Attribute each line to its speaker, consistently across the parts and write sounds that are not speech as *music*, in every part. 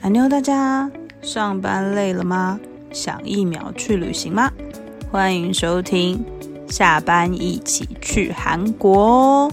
Speaker 1: 韩妞，大家上班累了吗？想一秒去旅行吗？欢迎收听《下班一起去韩国》哦。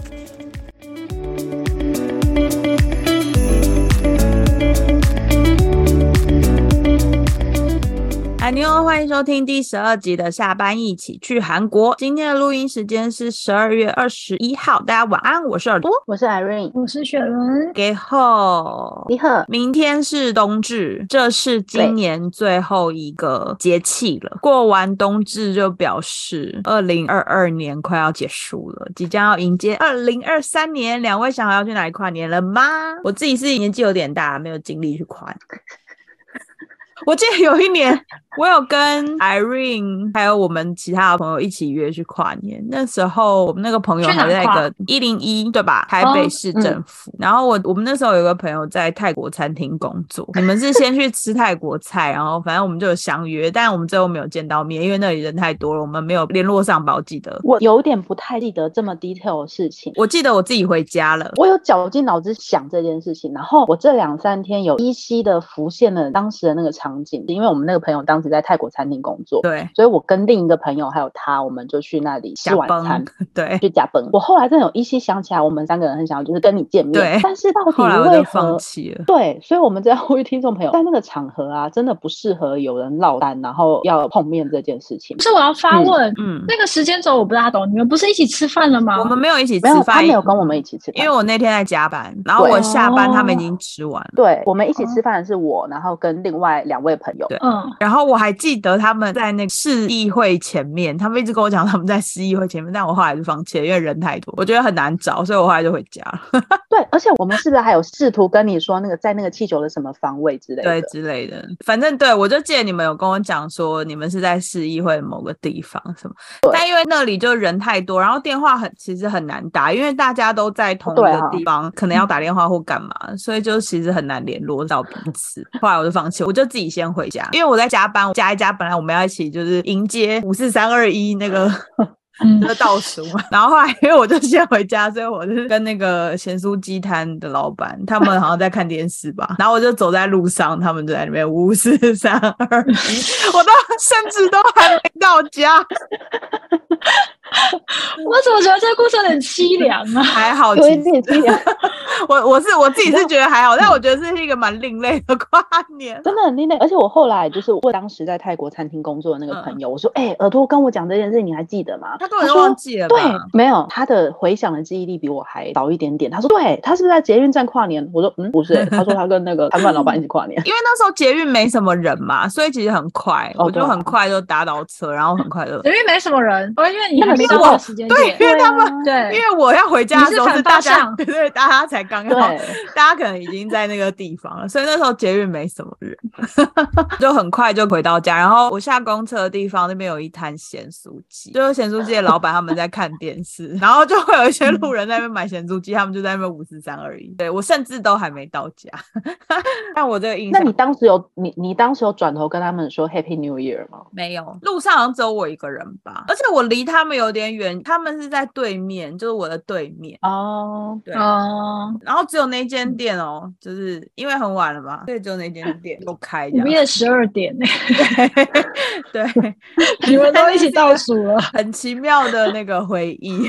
Speaker 1: 海妞，欢迎收听第十二集的《下班一起去韩国》。今天的录音时间是十二月二十一号，大家晚安，我是耳朵。
Speaker 2: 我是 Irene，
Speaker 3: 我是雪伦，
Speaker 1: 给后，
Speaker 2: 你好，
Speaker 1: 明天是冬至，这是今年最后一个节气了。过完冬至就表示二零二二年快要结束了，即将要迎接二零二三年。两位想好要去哪里跨年了吗？我自己是年纪有点大，没有精力去跨
Speaker 3: *laughs*
Speaker 1: 年。我记得有一年，我有跟 Irene 还有我们其他的朋友一起约去跨年。那时候我们那个朋友
Speaker 3: 去哪
Speaker 1: 还在一
Speaker 3: 跨哦
Speaker 1: 个一零一，对吧？台北市政府。然后我我们那时候有个朋友在泰国餐厅工作，你们是先去吃泰国菜，然后反正我们就有相约，但我们最后没有见到面，因为那里人太多了，我们没有联络上吧？我记得，
Speaker 2: 我有点不太记得这么 detail 的事情。
Speaker 1: 我记得我自己回家了。
Speaker 2: 我有绞尽脑汁想这件事情，然后我这两三天有依稀的浮现了当时的那个场景，因为我们那个朋友当时在泰国餐厅工作，
Speaker 1: 对，
Speaker 2: 所以我跟另一个朋友还有他，我们就去那里吃
Speaker 1: 假
Speaker 2: 晚餐
Speaker 1: 崩，， *laughs* 对。
Speaker 2: 去加崩。我后来真的有依稀想起来，我们三个人很想就是跟你见
Speaker 1: 对
Speaker 2: 面，但是到底
Speaker 1: 后来我
Speaker 2: 为
Speaker 1: 就
Speaker 2: 何
Speaker 1: 放？弃了。
Speaker 2: 对，所以我们在呼吁听众朋友，在那个场合啊，真的不适合有人落单，然后要碰面这件事情
Speaker 3: 不。是我要发问，
Speaker 1: 嗯，
Speaker 3: 那个时间轴我不大懂，你们不是一起吃饭了吗？
Speaker 1: 我们没有一起吃
Speaker 2: 没有，他
Speaker 1: 饭，
Speaker 2: 没有跟我们一起吃饭，
Speaker 1: 因为我那天在加班，然后
Speaker 2: 对
Speaker 1: 我下班，
Speaker 3: 哦
Speaker 1: 他们已经吃完了。
Speaker 2: 对，我们一起吃
Speaker 3: 哦
Speaker 2: 饭的是我，然后跟另外两位朋友。
Speaker 1: 对
Speaker 3: 嗯，
Speaker 1: 然后我还记得他们在那个市议会前面，他们一直跟我讲他们在市议会前面，但我后来就放弃了，因为人太多，我觉得很难找，所以我后来就回家了，
Speaker 2: 对，而且我们是不是还有试图跟你说那个在那个气球的什么方位之类的？
Speaker 1: 对之类的。反正对我就记得你们有跟我讲说你们是在市议会某个地方什么，但因为那里就人太多，然后电话很其实很难打，因为大家都在同一
Speaker 2: 对
Speaker 1: 个
Speaker 2: 啊
Speaker 1: 地方，可能要打电话或干嘛，
Speaker 2: *laughs*
Speaker 1: 所以就其实很难联络到彼此。后来我就放弃，我就自己先回家，因为我在加班，我加一加，本来我们要一起就是迎接五四三二一那个。
Speaker 3: 嗯
Speaker 1: 就倒数嘛。然后后来因为我就先回家，所以我就是跟那个咸酥鸡摊的老板，他们好像在看电视吧。然后我就走在路上，他们就在那边五四三二一，我都甚至都还没到家，
Speaker 3: 我怎么觉得这个故事有点凄凉
Speaker 1: *laughs*
Speaker 3: 啊？
Speaker 1: 还好其
Speaker 2: 有
Speaker 1: 实。
Speaker 2: 一点气凉，
Speaker 1: 我我是我自己是觉得还好，但我觉得这是一个蛮另类的跨年。
Speaker 2: 真的很另类。而且我后来就是问当时在泰国餐厅工作的那个朋友，我说：“哎、耳朵跟我讲这件事，你还记得吗？”
Speaker 1: 他根本就
Speaker 2: 说
Speaker 1: 忘记了吧
Speaker 2: 哦对？，没有，他的回想的记忆力比我还早一点点。他说：“对，他是不是在捷运站跨年？”我说：“嗯，不是、他说他跟那个摊贩老板一起
Speaker 1: *laughs*
Speaker 2: 跨年。
Speaker 1: 因为那时候捷运没什么人嘛，所以其实很快，
Speaker 2: 哦
Speaker 1: 我就
Speaker 2: 对啊
Speaker 1: 很快就搭到车，然后很快就
Speaker 3: 因为没什么人，哦，因为你
Speaker 2: 那
Speaker 3: 还
Speaker 2: 个
Speaker 3: 没
Speaker 2: 是
Speaker 3: 到那
Speaker 2: 我
Speaker 3: 个时间
Speaker 1: 对，
Speaker 3: 点
Speaker 1: 因，为他们
Speaker 3: 对，
Speaker 1: 因为我要回家的时候
Speaker 3: 你是
Speaker 1: 是
Speaker 3: 反
Speaker 1: 大
Speaker 3: 方
Speaker 1: 家
Speaker 3: 向
Speaker 1: 对对，大家才刚 *laughs* 刚
Speaker 2: 对，
Speaker 1: 大家可能已经在那个地方了，所以 *laughs* 那时候捷运没什么人， *laughs* 就很快就回到家。然后我下公车的地方那边有一摊咸酥鸡，就是咸酥鸡的老板他们在看电视， *laughs* 然后就会有一些路人在那边买咸酥鸡，他们就在那边五十三而已。对我甚至都还没到家， *laughs* 但我这个印
Speaker 2: 那
Speaker 1: 象
Speaker 2: 你当时有你你当时有转头跟他们说 Happy New Year 吗？
Speaker 1: 没有，路上好像只有我一个人吧，而且我离他们有点远，他们是在对面，就是我的对面。
Speaker 2: 哦、
Speaker 1: 对，
Speaker 3: 哦，
Speaker 1: 然后只有那间店哦，就是因为很晚了嘛，所以只有那间店有开这
Speaker 3: 午
Speaker 1: 样。
Speaker 3: 夜十二点，
Speaker 1: 对，
Speaker 3: 你们都一起倒数了，
Speaker 1: 很奇妙的那个回忆。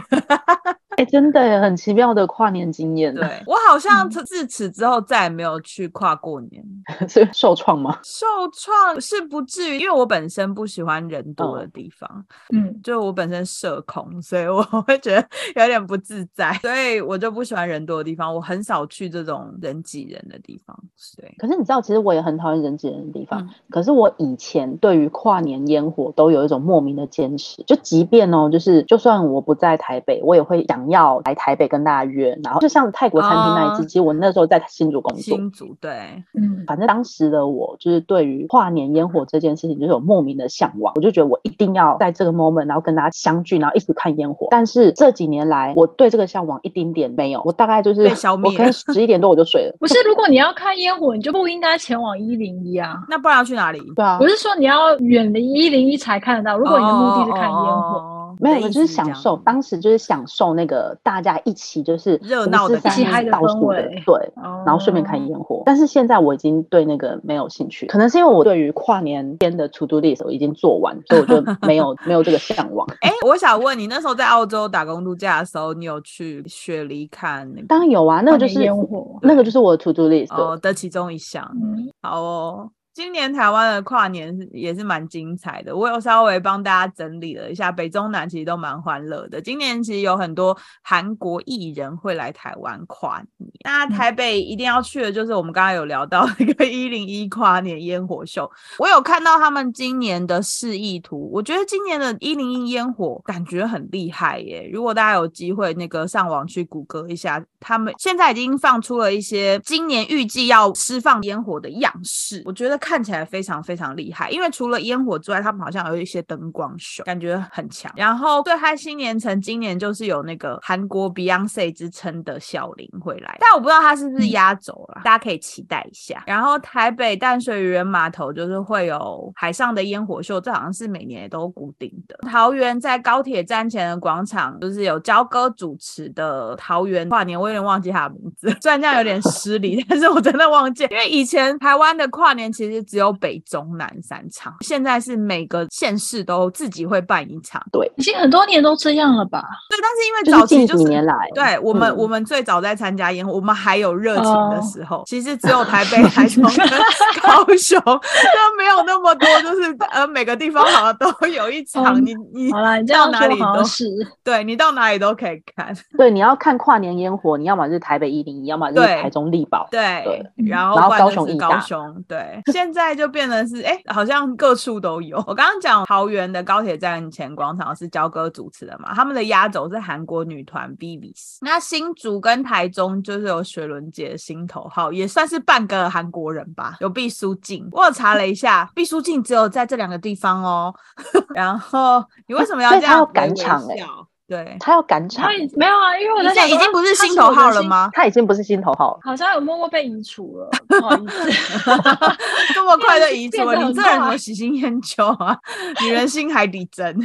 Speaker 2: 哎、真的耶很奇妙的跨年经验，， *laughs*
Speaker 1: 对我好像
Speaker 3: 嗯
Speaker 1: 自此之后再也没有去跨过年，
Speaker 2: 是受创吗？
Speaker 1: 受创是不至于，因为我本身不喜欢人多的地方，
Speaker 3: 嗯，
Speaker 1: 就我本身社恐，所以我 *laughs* 会觉得有点不自在，所以我就不喜欢人多的地方，我很少去这种人挤人的地方。对，
Speaker 2: 可是你知道，其实我也很讨厌人挤人的地方。
Speaker 1: 嗯
Speaker 2: 可是我以前对于跨年烟火都有一种莫名的坚持，就即便哦，就是就算我不在台北，我也会想要来台北跟大家约。然后就像泰国餐厅那一次，
Speaker 1: 哦
Speaker 2: 其实我那时候在新竹工作，
Speaker 1: 新竹对，
Speaker 3: 嗯，
Speaker 2: 反正当时的我就是对于跨年烟火这件事情，就是有莫名的向往。我就觉得我一定要在这个 moment，然后跟大家相聚，然后一起看烟火。但是这几年来，我对这个向往一丁点没有，我大概就是
Speaker 1: 被消灭
Speaker 2: 我可能十一点多我就睡了。
Speaker 3: 不是，如果你要看烟火，你就不应该前往一零一啊。
Speaker 1: 那不然要去哪里？
Speaker 2: 对啊
Speaker 3: 我，是说你要远离一零一才看得到，如果你的目的是看烟火，
Speaker 1: 哦
Speaker 2: 没
Speaker 1: 你的
Speaker 2: 有，
Speaker 1: 意
Speaker 2: 就是
Speaker 1: 思这
Speaker 2: 享
Speaker 1: 样
Speaker 2: 受，当时就是享受那个大家一起就是
Speaker 1: 热闹的嗯
Speaker 2: 五四三
Speaker 1: 感觉一起嗨
Speaker 3: 的
Speaker 2: 倒数
Speaker 3: 氛围
Speaker 2: 对，
Speaker 3: 然
Speaker 2: 然后顺便看烟火。但是现在我已经对那个没有兴趣，可能是因为我对于跨年间的 to do list 我已经做完，所以我就没
Speaker 1: *laughs*
Speaker 2: 有没有这个向往。
Speaker 1: 哎、我想问你，那时候在澳洲打工度假的时候，你有去雪梨看那个
Speaker 2: 当然有啊，那个就是
Speaker 3: 烟火。
Speaker 2: 那个就是我的 to do list，、
Speaker 1: 哦的其中一项？
Speaker 3: 嗯，
Speaker 1: 好哦，今年台湾的跨年是也是蛮精彩的，我有稍微帮大家整理了一下，北中南其实都蛮欢乐的。今年其实有很多韩国艺人会来台湾跨年，那台北一定要去的就是我们刚刚有聊到那个一零一跨年烟火秀，我有看到他们今年的示意图，我觉得今年的一零一烟火感觉很厉害耶。如果大家有机会，那个上网去谷歌一下，他们现在已经放出了一些今年预计要释放烟火的样式，我觉得看起来非常非常厉害。因为除了烟火之外，他们好像有一些灯光秀，感觉很强。然后对嗨新年城今年就是有那个韩国 Beyonce 之称的小林会来，但我不知道他是不
Speaker 2: 嗯
Speaker 1: 是压轴啦，大家可以期待一下。然后台北淡水渔人码头就是会有海上的烟火秀，这好像是每年也都固定的。桃园在高铁站前的广场就是有焦哥主持的桃园跨年，我有点忘记他的名字， *laughs* 虽然这样有点失礼， *laughs* 但是我真的忘记，因为以前台湾的跨年其实只有北中南三场，现在是每个县市都自己会办一场。
Speaker 3: 已经很多年都这样了吧？
Speaker 1: 对，但是因为
Speaker 2: 就是
Speaker 1: 早期
Speaker 2: 近
Speaker 1: 就
Speaker 2: 几
Speaker 1: 是
Speaker 2: 年来，
Speaker 1: 对我们，我
Speaker 2: 嗯
Speaker 1: 们最早在参加烟火，我们还有热情的
Speaker 3: 哦
Speaker 1: 时候，其实只有台北、台中跟 *laughs* 高雄，就没有那么多，就是呃每个地方好像都有一场，
Speaker 3: 哦
Speaker 1: 你你
Speaker 3: 好啦，你这
Speaker 1: 到
Speaker 3: 样
Speaker 1: 哪里
Speaker 3: 说好
Speaker 1: 都
Speaker 3: 像是
Speaker 1: 对你到哪里都可以看，
Speaker 2: 对，你要看跨年烟火，你要么就是台北一零一，要么就是
Speaker 1: 对
Speaker 2: 台中力宝。
Speaker 1: 对，
Speaker 2: 对嗯
Speaker 1: 然后
Speaker 2: 然后
Speaker 1: 不然
Speaker 2: 高
Speaker 1: 就
Speaker 2: 雄
Speaker 1: 是
Speaker 2: 义
Speaker 1: 高
Speaker 2: 大
Speaker 1: 雄，对，现在就变成是哎、好像各处都有。我刚刚讲桃园的高铁站前广场是焦哥主持的嘛，他们的压轴是韩国女团 b b s 那新竹跟台中就是有雪伦姐的心头好，也算是半个韩国人吧，有毕书尽。我有查了一下，毕书尽只有在这两个地方哦。 *laughs* 然后你为什么要
Speaker 2: 所
Speaker 1: 这
Speaker 2: 以他
Speaker 1: 样
Speaker 2: 要
Speaker 1: 微
Speaker 2: 赶
Speaker 1: 微
Speaker 2: 场欸
Speaker 1: 笑对，
Speaker 2: 他要赶场
Speaker 3: 他，已没有啊，因为我
Speaker 1: 你
Speaker 3: 在
Speaker 1: 现在
Speaker 3: 想
Speaker 1: 已
Speaker 3: 说
Speaker 1: 经不是
Speaker 3: 他
Speaker 1: 心头
Speaker 3: 我的
Speaker 1: 号了
Speaker 3: 心？
Speaker 1: 吗？
Speaker 2: 他已经不是心头好了。
Speaker 3: 好像有默默被移除了，不好意思。 *laughs*
Speaker 1: 这么快就移出
Speaker 3: 变得
Speaker 1: 了，你
Speaker 3: 很
Speaker 1: 这人怎么
Speaker 3: 快
Speaker 1: 喜新厌旧啊？女人心海底针。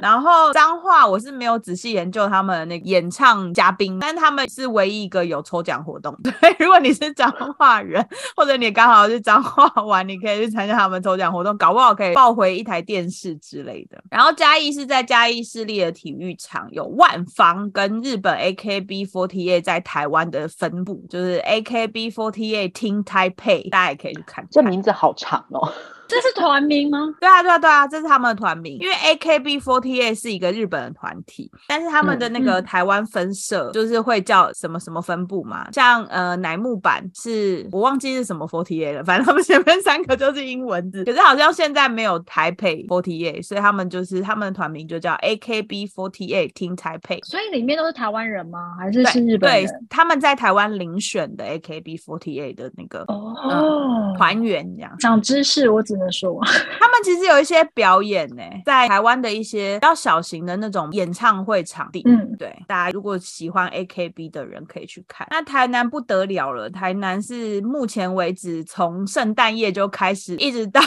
Speaker 1: 然后脏话我是没有仔细研究他们那个演唱嘉宾，但他们是唯一一个有抽奖活动。 *laughs* 对，如果你是彰化人，或者你刚好是彰化玩，你可以去参加他们抽奖活动，搞不好可以抱回一台电视之类的。然后嘉义是在嘉义市立的体育场，有万方跟日本 AKB48 在台湾的分部，就是 AKB48 Team Taipei，大家也可以去看看。
Speaker 2: 这名字好长
Speaker 1: *laughs*
Speaker 2: 哦，
Speaker 3: 这是团名吗？
Speaker 1: 对啊，对啊，对啊，这是他们的团名，因为 AKB48 是一个日本的团体，但是他们的那个
Speaker 3: 嗯嗯
Speaker 1: 台湾分社就是会叫什么什么分部嘛，像呃乃木坂是我忘记是什么48了，反正他们前面三个就是英文字，可是好像现在没有台北48，所以他们就是他们的团名就叫 AKB48 听台北。
Speaker 3: 所以里面都是台湾人吗？还是
Speaker 1: 对
Speaker 3: 是日本
Speaker 1: 对
Speaker 3: 人？，
Speaker 1: 他们在台湾遴选的 AKB48 的那个
Speaker 3: 哦，
Speaker 1: 嗯团员这样。
Speaker 3: 长知识，我只能说，
Speaker 1: 他们其实有一些表演呢、在台湾的一些比较小型的那种演唱会场地。
Speaker 3: 嗯，
Speaker 1: 对，大家如果喜欢 AKB 的人可以去看。那台南不得了了，台南是目前为止从圣诞夜就开始，一直到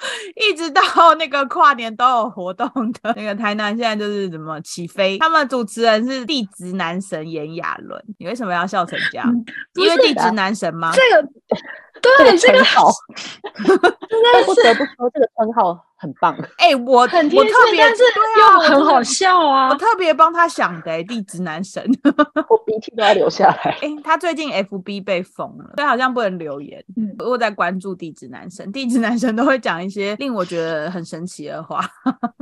Speaker 1: *laughs* 一直到那个跨年都有活动的。那个台南现在就是怎么起飞？他们主持人是地直男神炎亚纶，你为什么要笑成这样？
Speaker 3: 嗯不
Speaker 1: 因为
Speaker 3: 是
Speaker 1: 地
Speaker 2: 的
Speaker 1: 直男神吗？
Speaker 3: 这个
Speaker 2: 这个
Speaker 3: 对
Speaker 2: *laughs*
Speaker 3: 这
Speaker 2: 称
Speaker 1: *laughs*
Speaker 3: 个
Speaker 2: 号，但
Speaker 3: 真的
Speaker 2: 不得不说这个称号很棒。 *laughs*
Speaker 1: 哎、我我特
Speaker 3: 很贴切，
Speaker 1: 别
Speaker 3: 但是
Speaker 1: 对啊，
Speaker 3: 又
Speaker 1: 我真
Speaker 3: 很
Speaker 1: 的
Speaker 3: 好笑
Speaker 1: 我
Speaker 3: 啊。
Speaker 1: 特别帮他想的、欸，地直男神。 *laughs*
Speaker 2: 我鼻涕都要流下来。
Speaker 1: 哎、他最近 FB 被封了，所以好像不能留言。
Speaker 3: 嗯，
Speaker 1: 我有在关注地质男神，地质男神都会讲一些令我觉得很神奇的话，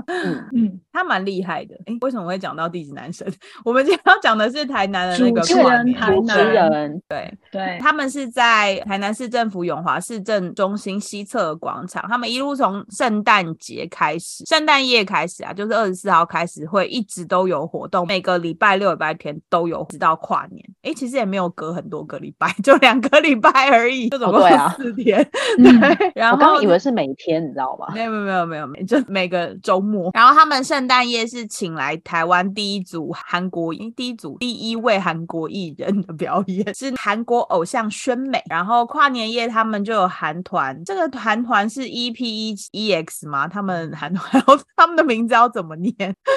Speaker 2: 嗯，
Speaker 3: 嗯，
Speaker 1: 他蛮厉害的。哎、为什么会讲到地质男神？ *laughs* 我们今天要讲的是台南的那个
Speaker 3: 主持
Speaker 1: 跨
Speaker 3: 人
Speaker 1: 年
Speaker 3: 台
Speaker 2: 主持
Speaker 3: 南
Speaker 2: 人
Speaker 1: *laughs*
Speaker 3: 对，
Speaker 1: 他们是在台南市政府永华市政中心西侧的广场，他们一路从圣诞节开始，圣诞夜开始啊，就是二十四号开始会一直都有活动，每个礼拜六、礼拜天都有，直到跨年。诶，其实也没有隔很多个礼拜， *laughs* 就两个礼拜而已，就总共
Speaker 2: 哦对啊
Speaker 1: 四天。 *laughs*
Speaker 3: 嗯，
Speaker 1: 然
Speaker 2: 我
Speaker 1: 后
Speaker 2: 刚刚以为是每天，你知道吗？
Speaker 1: 没有没有没有没有，就每个周末默。然后他们圣诞夜是请来台湾第一组韩国第一组第一位韩国艺人的表演，是韩国偶像宣美。然后跨年夜他们就有韩团，这个韩团是 E P E E X 吗？他们韩团他们的名字要怎么念？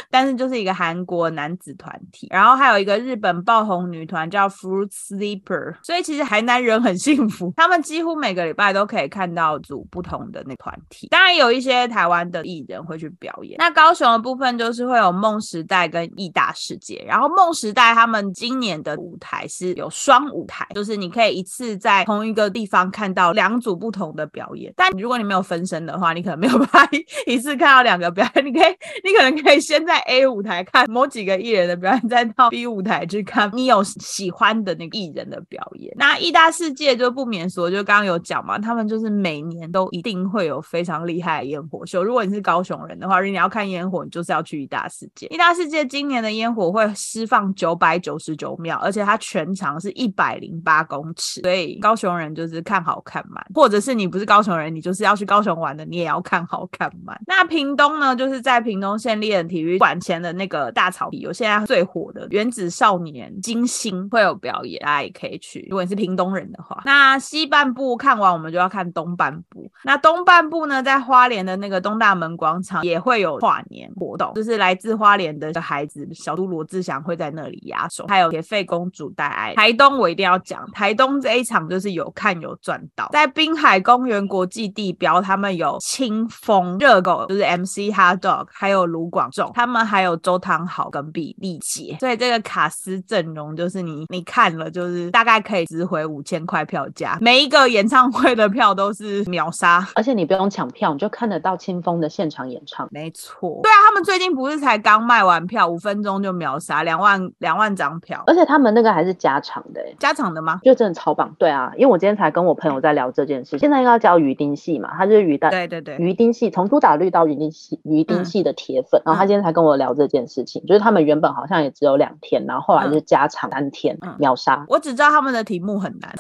Speaker 1: 但是就是一个韩国男子团体，然后还有一个日本爆红女团叫 Fruit Sleeper，所以其实台南人很幸福，他们几乎每个礼拜都可以看到组不同的那团体，当然有一些台湾的艺人会去表演。那高雄的部分就是会有梦时代跟艺大世界，然后梦时代他们今年的舞台是有双舞台，就是你可以一次在同一个地方看到两组不同的表演，但如果你没有分身的话，你可能没有办法 *laughs* 一一次看到两个表演，你可以你可能可以先在 A 舞台看某几个艺人的表演，再到 B 舞台去看你有喜欢的那个艺人的表演。那艺大世界就不免说，就刚刚有讲嘛，他们就是每年都一定会有非常厉害的烟火秀。如果你是高雄人的话，如果你要看烟火，你就是要去艺大世界。艺大世界今年的烟火会释放九百九十九秒，而且它全长是一百零八公尺，所以高雄人就是看好看满，或者是你不是高雄人，你就是要去高雄玩的，你也要看好看满。那屏东呢，就是在屏东县立人体育馆前的那个大草皮，有现在最火的原子少年金星会有表演，大家也可以去。如果你是屏东人的话，那西半部看完，我们就要看东半部。那东半部呢，在花莲的那个东大门广场也会有跨年活动，就是来自花莲的孩子小猪罗志祥会在那里压轴，还有铁肺公主戴爱。台东我一定要讲，台东这一场就是有看有赚到，在滨海公园国际地标，他们有清风热狗，就是 MC Hot Dog，还有卢广仲，他们还有周汤豪跟比利杰，所以这个卡斯阵容就是你你看了就是大概可以值回五千块票价，每一个演唱会的票都是秒杀。
Speaker 2: 而且你不用抢票，你就看得到清风的现场演唱。
Speaker 1: 没错，对啊，他们最近不是才刚卖完票，五分钟就秒杀两万两万张票，
Speaker 2: 而且他们那个还是加长的、欸，
Speaker 1: 家常的吗？
Speaker 2: 就真的超棒。对啊，因为我今天才跟我朋友在聊这件事，现在应该叫鱼丁系嘛，他就是鱼蛋。
Speaker 1: 对对对，嗯
Speaker 2: 鱼丁系从苏打绿到鱼丁系，鱼丁系的铁粉，然后他今天才跟我聊这件事情，就是他们原本好像也只有两天，然后后来就是加长三天，
Speaker 1: 嗯 *laughs*
Speaker 2: 秒杀。
Speaker 1: 我只知道他们的题目很难，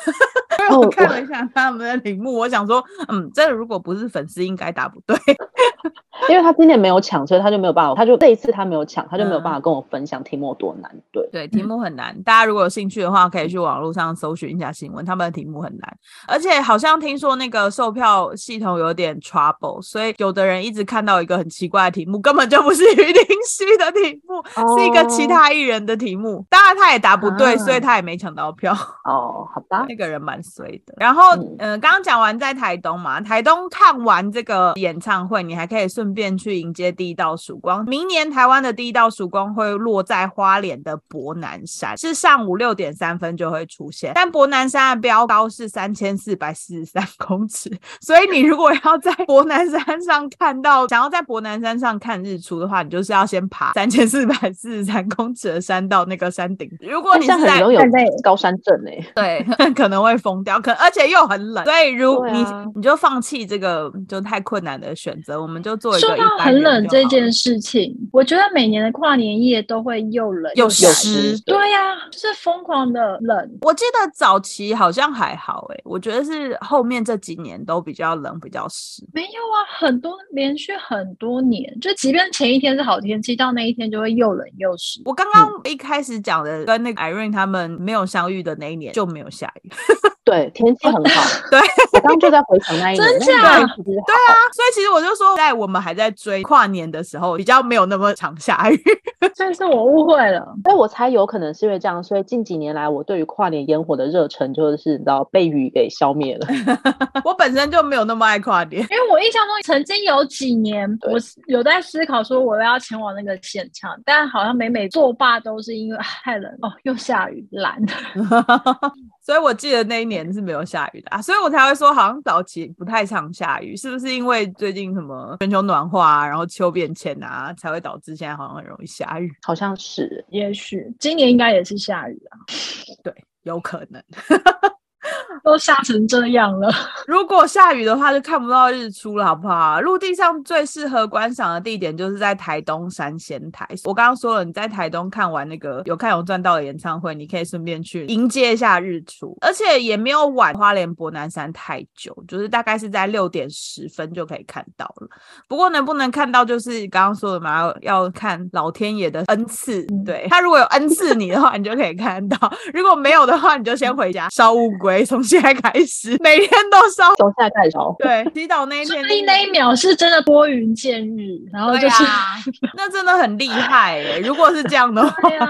Speaker 1: 因 *laughs*
Speaker 2: 哦
Speaker 1: 为我
Speaker 2: 我
Speaker 1: 看了一下他们的题目，我想说，嗯，这如果不是粉丝，应该答不对。
Speaker 2: 因为他今年没有抢，所以他就没有办法，他就这一次他没有抢，他就没有
Speaker 1: 嗯
Speaker 2: 办法跟我分享题目多难。对，
Speaker 1: *laughs* 对，题目很难，大家如果有兴趣的话，可以去网络上搜寻一下新闻，他们的题目很难，而且好像听说那个售票系统有点 trouble，所以有的人一直看到一个很奇怪的题目，根本就不是于林熙的题目， *laughs* 是一个其哦他艺人的题目，当然他也答不对，所以
Speaker 2: 啊
Speaker 1: 他也没抢到票。
Speaker 2: 哦，好吧，
Speaker 1: 那个人蛮衰的。然后，
Speaker 2: 嗯
Speaker 1: 呃，刚刚讲完在台东嘛，台东看完这个演唱会，你还可以顺便去迎接第一道曙光。明年台湾的第一道曙光会落在花莲的博南山，是上午六点三分就会出现。但博南山的标高是三千四百四十三 *laughs* 公尺，所以你如果要在博南山上看到，想要在博南山上看日出的话，你就是要先爬三千四百四十三 *laughs* 公尺的山到那个山顶。如果
Speaker 2: 那
Speaker 1: 你
Speaker 2: 这
Speaker 1: 是
Speaker 2: 样很
Speaker 1: 在
Speaker 2: 容易有
Speaker 3: 站在
Speaker 2: 高山症哎、
Speaker 1: 对， *laughs* 可能会疯掉，可而且又很冷，所以如、
Speaker 2: 对
Speaker 1: 你
Speaker 2: 啊
Speaker 1: 你就放弃这个就太困难的选择，我们就做一个
Speaker 3: 说
Speaker 1: 一
Speaker 3: 到
Speaker 1: 般
Speaker 3: 很
Speaker 1: 人
Speaker 3: 冷
Speaker 1: 就
Speaker 3: 这
Speaker 1: 好了
Speaker 3: 件事情，我觉得每年的跨年夜都会又冷
Speaker 1: 又
Speaker 3: 晒
Speaker 1: 湿
Speaker 2: 对
Speaker 3: 对呀、就是疯狂的冷。
Speaker 1: 我记得早期好像还好诶、我觉得是后面这几年都比较冷，比较湿。
Speaker 3: 没有啊，很多连续很多年，就即便前一天是好天气，到那一天就会又冷又湿。 *laughs*
Speaker 1: 我刚刚
Speaker 3: 嗯
Speaker 1: 一开始讲的跟那个 Irene 他们没有相遇的那一年就没有下雨，
Speaker 2: 对，天气很好。
Speaker 1: *laughs* 对，
Speaker 2: 我刚刚就在回想那一
Speaker 1: *laughs*
Speaker 2: 年，
Speaker 3: 真
Speaker 2: 那一
Speaker 3: 假
Speaker 2: 年其实好
Speaker 1: 所以其实我就说，在我们还在追跨年的时候，比较没有那么常下雨。 *laughs*
Speaker 3: 但是我误会了，
Speaker 2: 所以我猜有可能是因为这样，所以近几年来我对于跨年烟火的热忱就是你知道被雨给消灭了。
Speaker 1: 我本身就没有那么爱跨年，
Speaker 3: 因为我印象中曾经有几年，
Speaker 2: 对
Speaker 3: 我是有在思考说我要前往那个现场，但好像每每作罢都是因为啊太冷哦，又下雨，懒。
Speaker 1: 所以我记得那一年是没有下雨的啊，所以我才会说好像早期不太常下雨，是不是因为最近什么全球暖化啊，然后气候变迁啊，才会导致现在好像很容易下雨？
Speaker 2: 好像是
Speaker 3: 也许今年应该也是下雨啊。
Speaker 1: 对，有可能。
Speaker 3: 都下成这样了。
Speaker 1: 如果下雨的话，就看不到日出了，好不好？陆地上最适合观赏的地点就是在台东三仙台。我刚刚说了，你在台东看完那个有看有赚到的演唱会，你可以顺便去迎接一下日出，而且也没有晚花莲博南山太久，就是大概是在六点十分就可以看到了。不过能不能看到，就是刚刚说的嘛，要要看老天爷的恩赐。对他如果有恩赐你的话，你就可以看到；如果没有的话，你就先回家烧乌龟，从现在开始每天都烧。
Speaker 2: 从现在开始哦，
Speaker 1: 对，祈祷那一
Speaker 3: 所
Speaker 1: 天
Speaker 3: 以那一秒是真的拨云见日，然后就是
Speaker 1: 对啊那真的很厉害哎、如果是这样的话，
Speaker 3: *laughs* 对啊，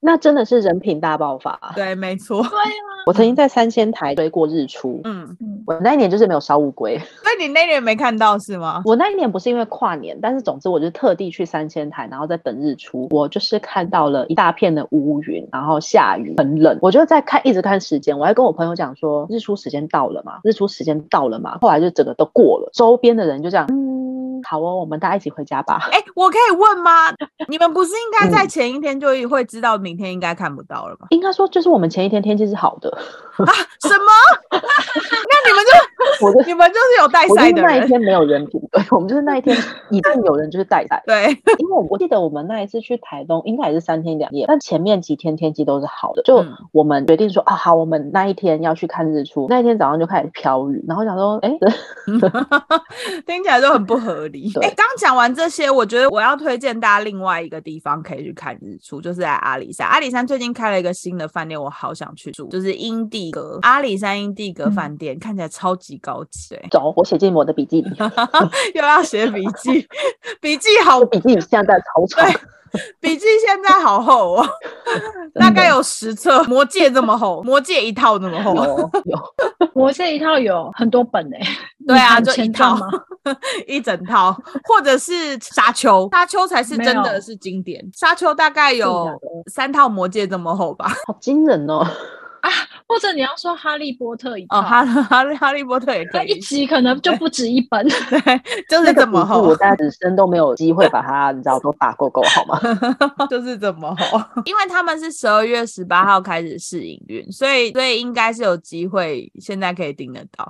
Speaker 2: 那真的是人品大爆发。
Speaker 1: 对，没错，
Speaker 3: 对啊，
Speaker 2: 我曾经在三仙台追过日出，
Speaker 1: 嗯，
Speaker 2: 我那一年就是没有烧乌龟。 *laughs*
Speaker 1: 所以你那年没看到是吗？
Speaker 2: 我那一年不是因为跨年，但是总之我就特地去三仙台，然后在等日出。我就是看到了一大片的乌云，然后下雨，很冷。我就在看，一直看时间。我还跟我朋友讲说，日出时间到了嘛，日出时间到了嘛。后来就整个都过了，周边的人就这样，嗯，好哦，我们大家一起回家吧。
Speaker 1: 哎、我可以问吗？你们不是应该在前一天就会知道明天应该看不到了吗？
Speaker 2: 应该说，就是我们前一天天气是好的， *laughs*
Speaker 1: 什么？那你们就
Speaker 2: 我就
Speaker 1: 你们就是有带
Speaker 2: 我就
Speaker 1: 赛
Speaker 2: 是
Speaker 1: 的
Speaker 2: 那一
Speaker 1: 人，
Speaker 2: 天没有人品，对 *laughs* 我们就是那一天一定有人就是带赛，
Speaker 1: 对，
Speaker 2: 因为我我记得我们那一次去台东，应该也是三天两夜，但前面几天天气都是好的，就
Speaker 1: 嗯
Speaker 2: 我们决定说、啊，好，我们那一天要去看日出，那一天早上就开始飘雨，然后想说，哎、 *laughs*
Speaker 1: 听起来都很不合理。
Speaker 2: 对
Speaker 1: 哎、刚讲完这些，我觉得我要推荐大家另外一个地方可以去看日出，就是在阿里山。阿里山最近开了一个新的饭店，我好想去住，就是英帝阁。阿里山英帝阁饭店、看起来超级高级、欸，
Speaker 2: 走，我写进我的笔记里，
Speaker 1: *laughs* 又要写笔记，笔记好
Speaker 2: 我，笔记现在在草场，
Speaker 1: 笔记现在好厚哦，大概有十册，《魔戒》这么厚，《魔戒》一套那么
Speaker 2: *laughs* 真的
Speaker 1: 厚， *laughs*
Speaker 2: 有哦有，
Speaker 3: 我这一套有很多本哎、
Speaker 1: 对啊，
Speaker 3: *laughs* 你
Speaker 1: 就
Speaker 3: 看
Speaker 1: 一
Speaker 3: 前
Speaker 1: 套
Speaker 3: 套吗？
Speaker 1: *laughs* 一整套，或者是沙丘，沙丘才是真的是经典，沙丘大概
Speaker 2: 真
Speaker 1: 有
Speaker 2: 的假的
Speaker 1: 三套《魔戒》这么厚吧？ *laughs*
Speaker 2: 好惊人哦，
Speaker 3: 或者你要说《哈利波特》一套，
Speaker 1: 哦，哈哈哈利波特也可
Speaker 3: 它
Speaker 1: 以
Speaker 3: 一，集可能就不止一
Speaker 1: *laughs*
Speaker 3: 本。
Speaker 1: 对，就是
Speaker 2: 那
Speaker 1: 这
Speaker 2: 个
Speaker 1: 么
Speaker 2: 笔记我
Speaker 1: 厚。
Speaker 2: 大此生都没有机会把它，你知道都打勾勾好
Speaker 1: *laughs*
Speaker 2: 吗？
Speaker 1: 就是这么红，因为他们是十二月十八号开始试营运，所以所以应该是有机会，现在可以订得到。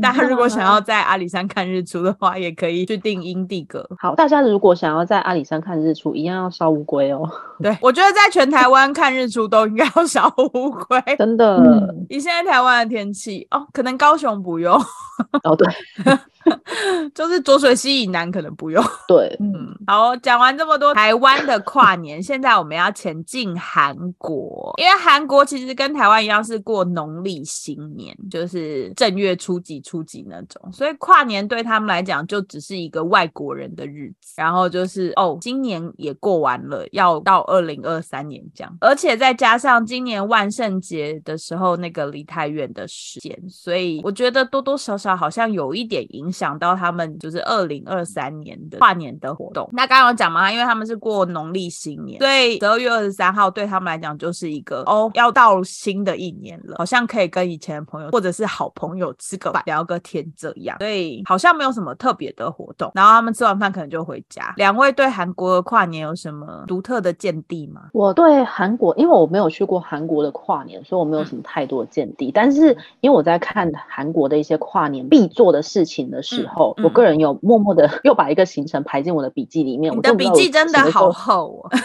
Speaker 1: 大家如果想要在阿里山看日出的话，也可以去订英帝阁。
Speaker 2: 好，大家如果想要在阿里山看日出，一样要烧乌龟哦，
Speaker 1: 对我觉得在全台湾看日出都应该要小乌龟。
Speaker 2: 真的，
Speaker 3: 嗯，
Speaker 1: 以现在台湾的天气哦，可能高雄不用， *laughs*
Speaker 2: 哦对
Speaker 1: 就是浊水溪以南可能不用。
Speaker 2: 对，
Speaker 3: 嗯，
Speaker 1: 嗯，好，讲完这么多台湾的跨年，现在我们要前进韩国，因为韩国其实跟台湾一样是过农历新年，就是正月初几初几那种，所以跨年对他们来讲就只是一个外国人的日子。然后就是哦，今年也过完了，要到二零二三年这样，而且再加上今年万圣节的时候那个离太远的时间，所以我觉得多多少少好像有一点影响到他们，就是二零二三年的跨年的活动。那刚刚有讲嘛，因为他们是过农历新年，所以十二月二十三号对他们来讲就是一个哦，要到新的一年了，好像可以跟以前的朋友或者是好朋友吃个饭聊个天这样，所以好像没有什么特别的活动。然后他们吃完饭可能就回家。两位对韩国的跨年有什么独特的见地吗？
Speaker 2: 我对韩国，因为我没有去过韩国的跨年，所以我没有
Speaker 1: 嗯
Speaker 2: 什么太多的见地。但是因为我在看韩国的一些跨年必做的事情的时候，
Speaker 1: 嗯嗯
Speaker 2: 我个人有默默的又把一个行程排进我的笔记里面。
Speaker 1: 你
Speaker 2: 我
Speaker 1: 的
Speaker 2: 都不知
Speaker 1: 笔
Speaker 2: 道
Speaker 1: 记
Speaker 2: 我
Speaker 1: 真的
Speaker 2: 什么时
Speaker 1: 好
Speaker 2: 候，
Speaker 1: 厚哦， *laughs*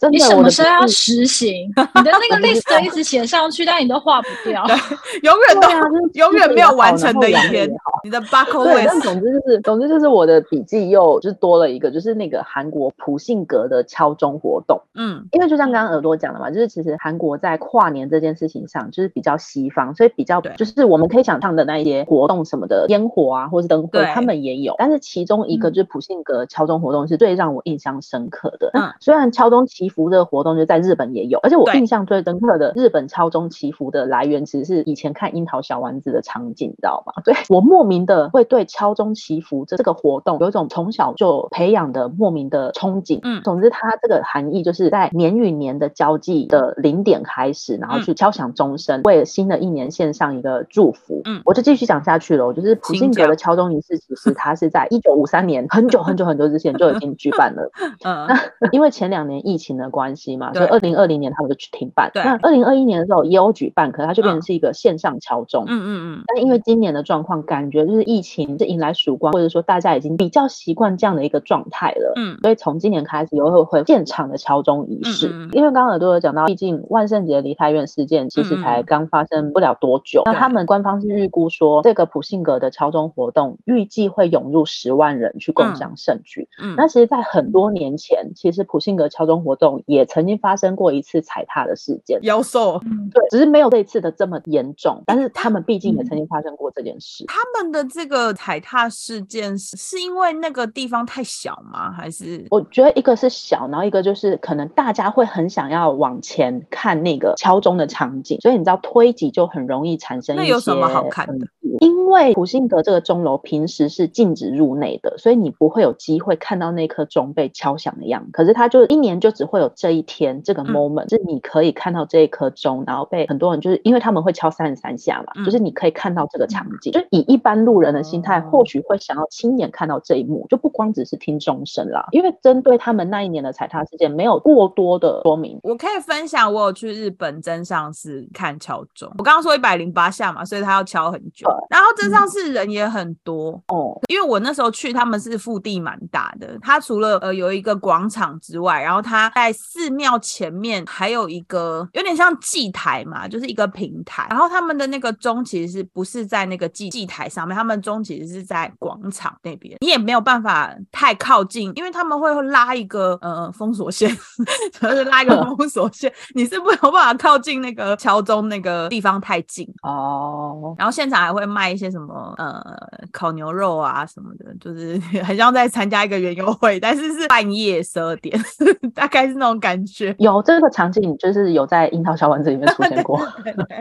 Speaker 2: 真
Speaker 3: 你
Speaker 2: 的
Speaker 3: 什
Speaker 2: 我
Speaker 3: 么
Speaker 2: 的
Speaker 3: 时候要
Speaker 2: 笔记
Speaker 3: 实行？你的
Speaker 1: *laughs*
Speaker 3: 那个 list 一直写上去，但你都画不掉。
Speaker 1: 永远都
Speaker 2: 对啊就是
Speaker 1: 永远没有完成的一
Speaker 2: 然后
Speaker 1: 天
Speaker 2: 也好
Speaker 1: 你的 buckle
Speaker 2: 对，但
Speaker 1: list
Speaker 2: 总之就是，总之就是我的笔记又就是多了一个，就是那个韩国普信阁的敲钟活动。
Speaker 1: 嗯
Speaker 2: 因为就像刚刚耳朵讲的嘛，就是其实韩国在跨年这件事情上，就是比较西方，所以比较
Speaker 1: 对
Speaker 2: 就是我们可以想象的那一些活动什么的，烟火啊，或是灯会
Speaker 1: 对，
Speaker 2: 他们也有。但是其中一个
Speaker 3: 嗯
Speaker 2: 就是普信阁敲钟活动是最让我印象深刻的。
Speaker 1: 嗯
Speaker 2: 那虽然敲钟祈福这个活动就在日本也有，而且我
Speaker 1: 对
Speaker 2: 印象最深刻的日本敲钟祈福的来源，其实是以前看樱桃小丸子的场景，你知道吗？对我莫名的会对敲钟祈福这这个活动有一种从小就培养的莫名的憧憬。
Speaker 1: 嗯
Speaker 2: 总
Speaker 1: 嗯
Speaker 2: 之它这个含义就是在年与年的交际的零点开始，然后去敲响钟生为了新的一年献上一个祝福。
Speaker 1: 嗯
Speaker 2: 我就继续讲下去了。我就是普
Speaker 1: 请
Speaker 2: 信格
Speaker 1: 讲
Speaker 2: 的敲钟仪式，其实它是在一九五三年很久很久很久之前就已经举办了， *laughs*
Speaker 1: 嗯，
Speaker 2: 因为前两年疫情的关系嘛，所以
Speaker 1: 对
Speaker 2: 二零二零年他们就去停办。
Speaker 1: 对
Speaker 2: 那二零二一年的时候也有举办，可是它就变
Speaker 1: 嗯
Speaker 2: 成是一个线上敲钟。
Speaker 1: 嗯嗯
Speaker 2: 但因为今年的状况，感觉就是疫情是迎来曙光，或者说大家已经比较习惯这样的一个状态了。
Speaker 1: 嗯
Speaker 2: 所以从今年开始，又会会有现场的敲钟仪式。
Speaker 1: 嗯嗯嗯
Speaker 2: 因为刚刚耳朵有讲到，毕竟万圣节梨泰院事件其实
Speaker 1: 嗯嗯
Speaker 2: 才
Speaker 1: 嗯
Speaker 2: 刚发生不了多久，那
Speaker 1: 对
Speaker 2: 他们官方是预估说，这个普信阁的敲钟活动预计会涌入十万人去共享盛举。
Speaker 1: 嗯，
Speaker 2: 那其实，在很多年前，其实普信阁敲钟活动也曾经发生过一次踩踏的事件。
Speaker 1: 妖兽。
Speaker 3: 嗯，
Speaker 2: 对，只是没有这一次的这么严重，但是他们毕竟也
Speaker 1: 嗯
Speaker 2: 曾经发生过这件事。
Speaker 1: 他们的这个踩踏事件是是因为那个地方太小吗？还是
Speaker 2: 我觉得一个是小，然后一个就是可能大家会很想要往前看那个敲钟的场景，所以你知道推挤就很容易产生
Speaker 1: 那
Speaker 2: 一
Speaker 1: 有什么
Speaker 2: 些
Speaker 1: 好看的
Speaker 2: 嗯因为普信阁这个钟楼平时是禁止入内的，所以你不会有机会看到那颗钟被敲响的样子。可是它就一年就只会有这一天，这个
Speaker 1: 嗯
Speaker 2: moment、是你可以看到这一颗钟，然后被很多人就是因为他们会敲三十三下嘛，
Speaker 1: 嗯哦
Speaker 2: 就是你可以看到这个场景。就以一般路人的心态，或许会想要亲眼看到这一幕，就不光只是听钟声啦。因为针对他们那一年的踩踏事件，没有过多的说明。
Speaker 1: 我可以分享，我有去日本真上寺看敲钟。我刚刚说一百零八下嘛，所以他要敲很久。然后真上寺人也很多，
Speaker 2: 哦，
Speaker 1: 因为我那时候去，他们是腹地蛮大的。它除了呃有一个广场之外，然后它在寺庙前面还有一个有点像祭台嘛，就是一个平台。然后他们的那个钟其实是不是在那个祭祭台上面，他们钟其实是在广场那边，你也没有办法太靠近，因为他们会拉一个呃封锁线， *laughs* 主要是拉一个封锁线，你是没有办法靠近那个桥中那个地方太近。
Speaker 2: 哦，
Speaker 1: 然后现场还会卖一些什么呃烤牛肉啊什么的，就是 *laughs* 很像在参加一个园游会，但是是半夜十二点， *laughs* 大概是那种感觉。
Speaker 2: 有这个场景，就是有在《樱桃小丸子》里面出
Speaker 1: *laughs*
Speaker 2: 现过。
Speaker 1: 对对，对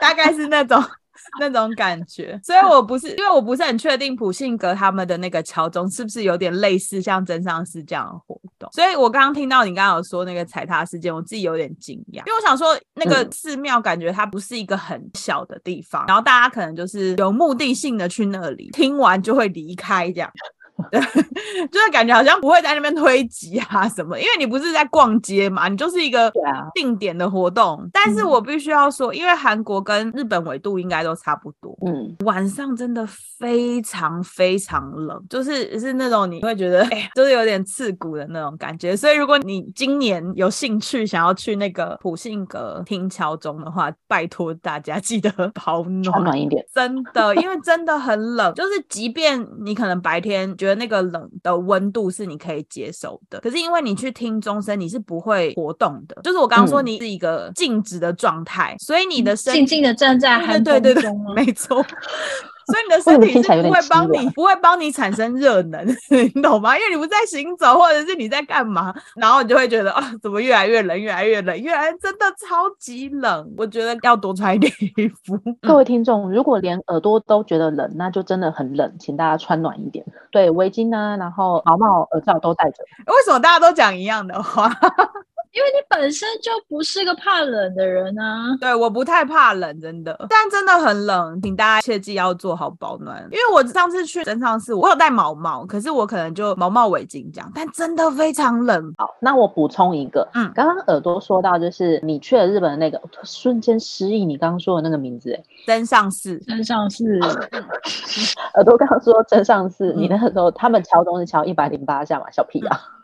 Speaker 1: 大概是那种 *laughs* 那种感觉。所以我不是因为我不是很确定普信阁他们的那个桥钟是不是有点类似像真上寺这样的活动。所以我刚刚听到你刚刚有说那个踩踏事件，我自己有点惊讶，因为我想说那个
Speaker 2: 嗯
Speaker 1: 寺庙感觉它不是一个很小的地方，然后大家可能就是有目的性的去那里，听完就会离开这样。 *laughs* 对，就是感觉好像不会在那边推挤啊什么，因为你不是在逛街嘛，你就是一个
Speaker 2: 对啊
Speaker 1: 定点的活动。但是
Speaker 3: 嗯
Speaker 1: 我必须要说，因为韩国跟日本纬度应该都差不多，
Speaker 2: 嗯，
Speaker 1: 晚上真的非常非常冷，就是是那种你会觉得，哎、就是有点刺骨的那种感觉。所以如果你今年有兴趣想要去那个普信阁听敲钟的话，拜托大家记得 *laughs* 保
Speaker 2: 穿
Speaker 1: 暖。
Speaker 2: 暖一点。
Speaker 1: 真的，因为真的很冷， *laughs* 就是即便你可能白天觉得那个冷的温度是你可以接受的，可是因为你去听钟声，你是不会活动的。就是我刚刚说，
Speaker 2: 嗯
Speaker 1: 你是一个静止的状态，所以你的身
Speaker 3: 嗯静静的站在寒
Speaker 1: 对对对对
Speaker 3: 风
Speaker 1: *laughs*
Speaker 3: 中吗，？
Speaker 1: 没错。所以你的
Speaker 2: 为什
Speaker 1: 身
Speaker 2: 么
Speaker 1: 体
Speaker 2: 听起来
Speaker 1: 是
Speaker 2: 有
Speaker 1: 不
Speaker 2: 点
Speaker 1: 会
Speaker 2: 凄
Speaker 1: 帮
Speaker 2: 凉
Speaker 1: 你，不会帮你产生热能， *laughs* 你懂吗？因为你不在行走，或者是你在干嘛，然后你就会觉得啊、怎么越来越冷，越来越冷，越来真的超级冷。我觉得要多穿一点衣服。
Speaker 2: 各位听众，如果连耳朵都觉得冷，那就真的很冷，请大家穿暖一点。对，围巾啊，然后毛帽、耳罩都戴着。
Speaker 1: 为什么大家都讲一样的话？ *laughs*
Speaker 3: 因为你本身就不是个怕冷的人啊。
Speaker 1: 对，我不太怕冷，真的，但真的很冷，请大家切记要做好保暖。因为我上次去真上寺，我有带毛毛，可是我可能就毛毛围巾这样，但真的非常冷。
Speaker 2: 好，那我补充一个，
Speaker 1: 嗯
Speaker 2: 刚刚耳朵说到，就是你去了日本的那个，我突瞬间失忆，你刚刚说的那个名字，欸
Speaker 1: 真上寺，
Speaker 3: 身上是
Speaker 2: 耳朵刚刚说真上次你
Speaker 1: 嗯
Speaker 2: 那个时候他们敲钟是敲一百零八下嘛，小屁啊。 *laughs*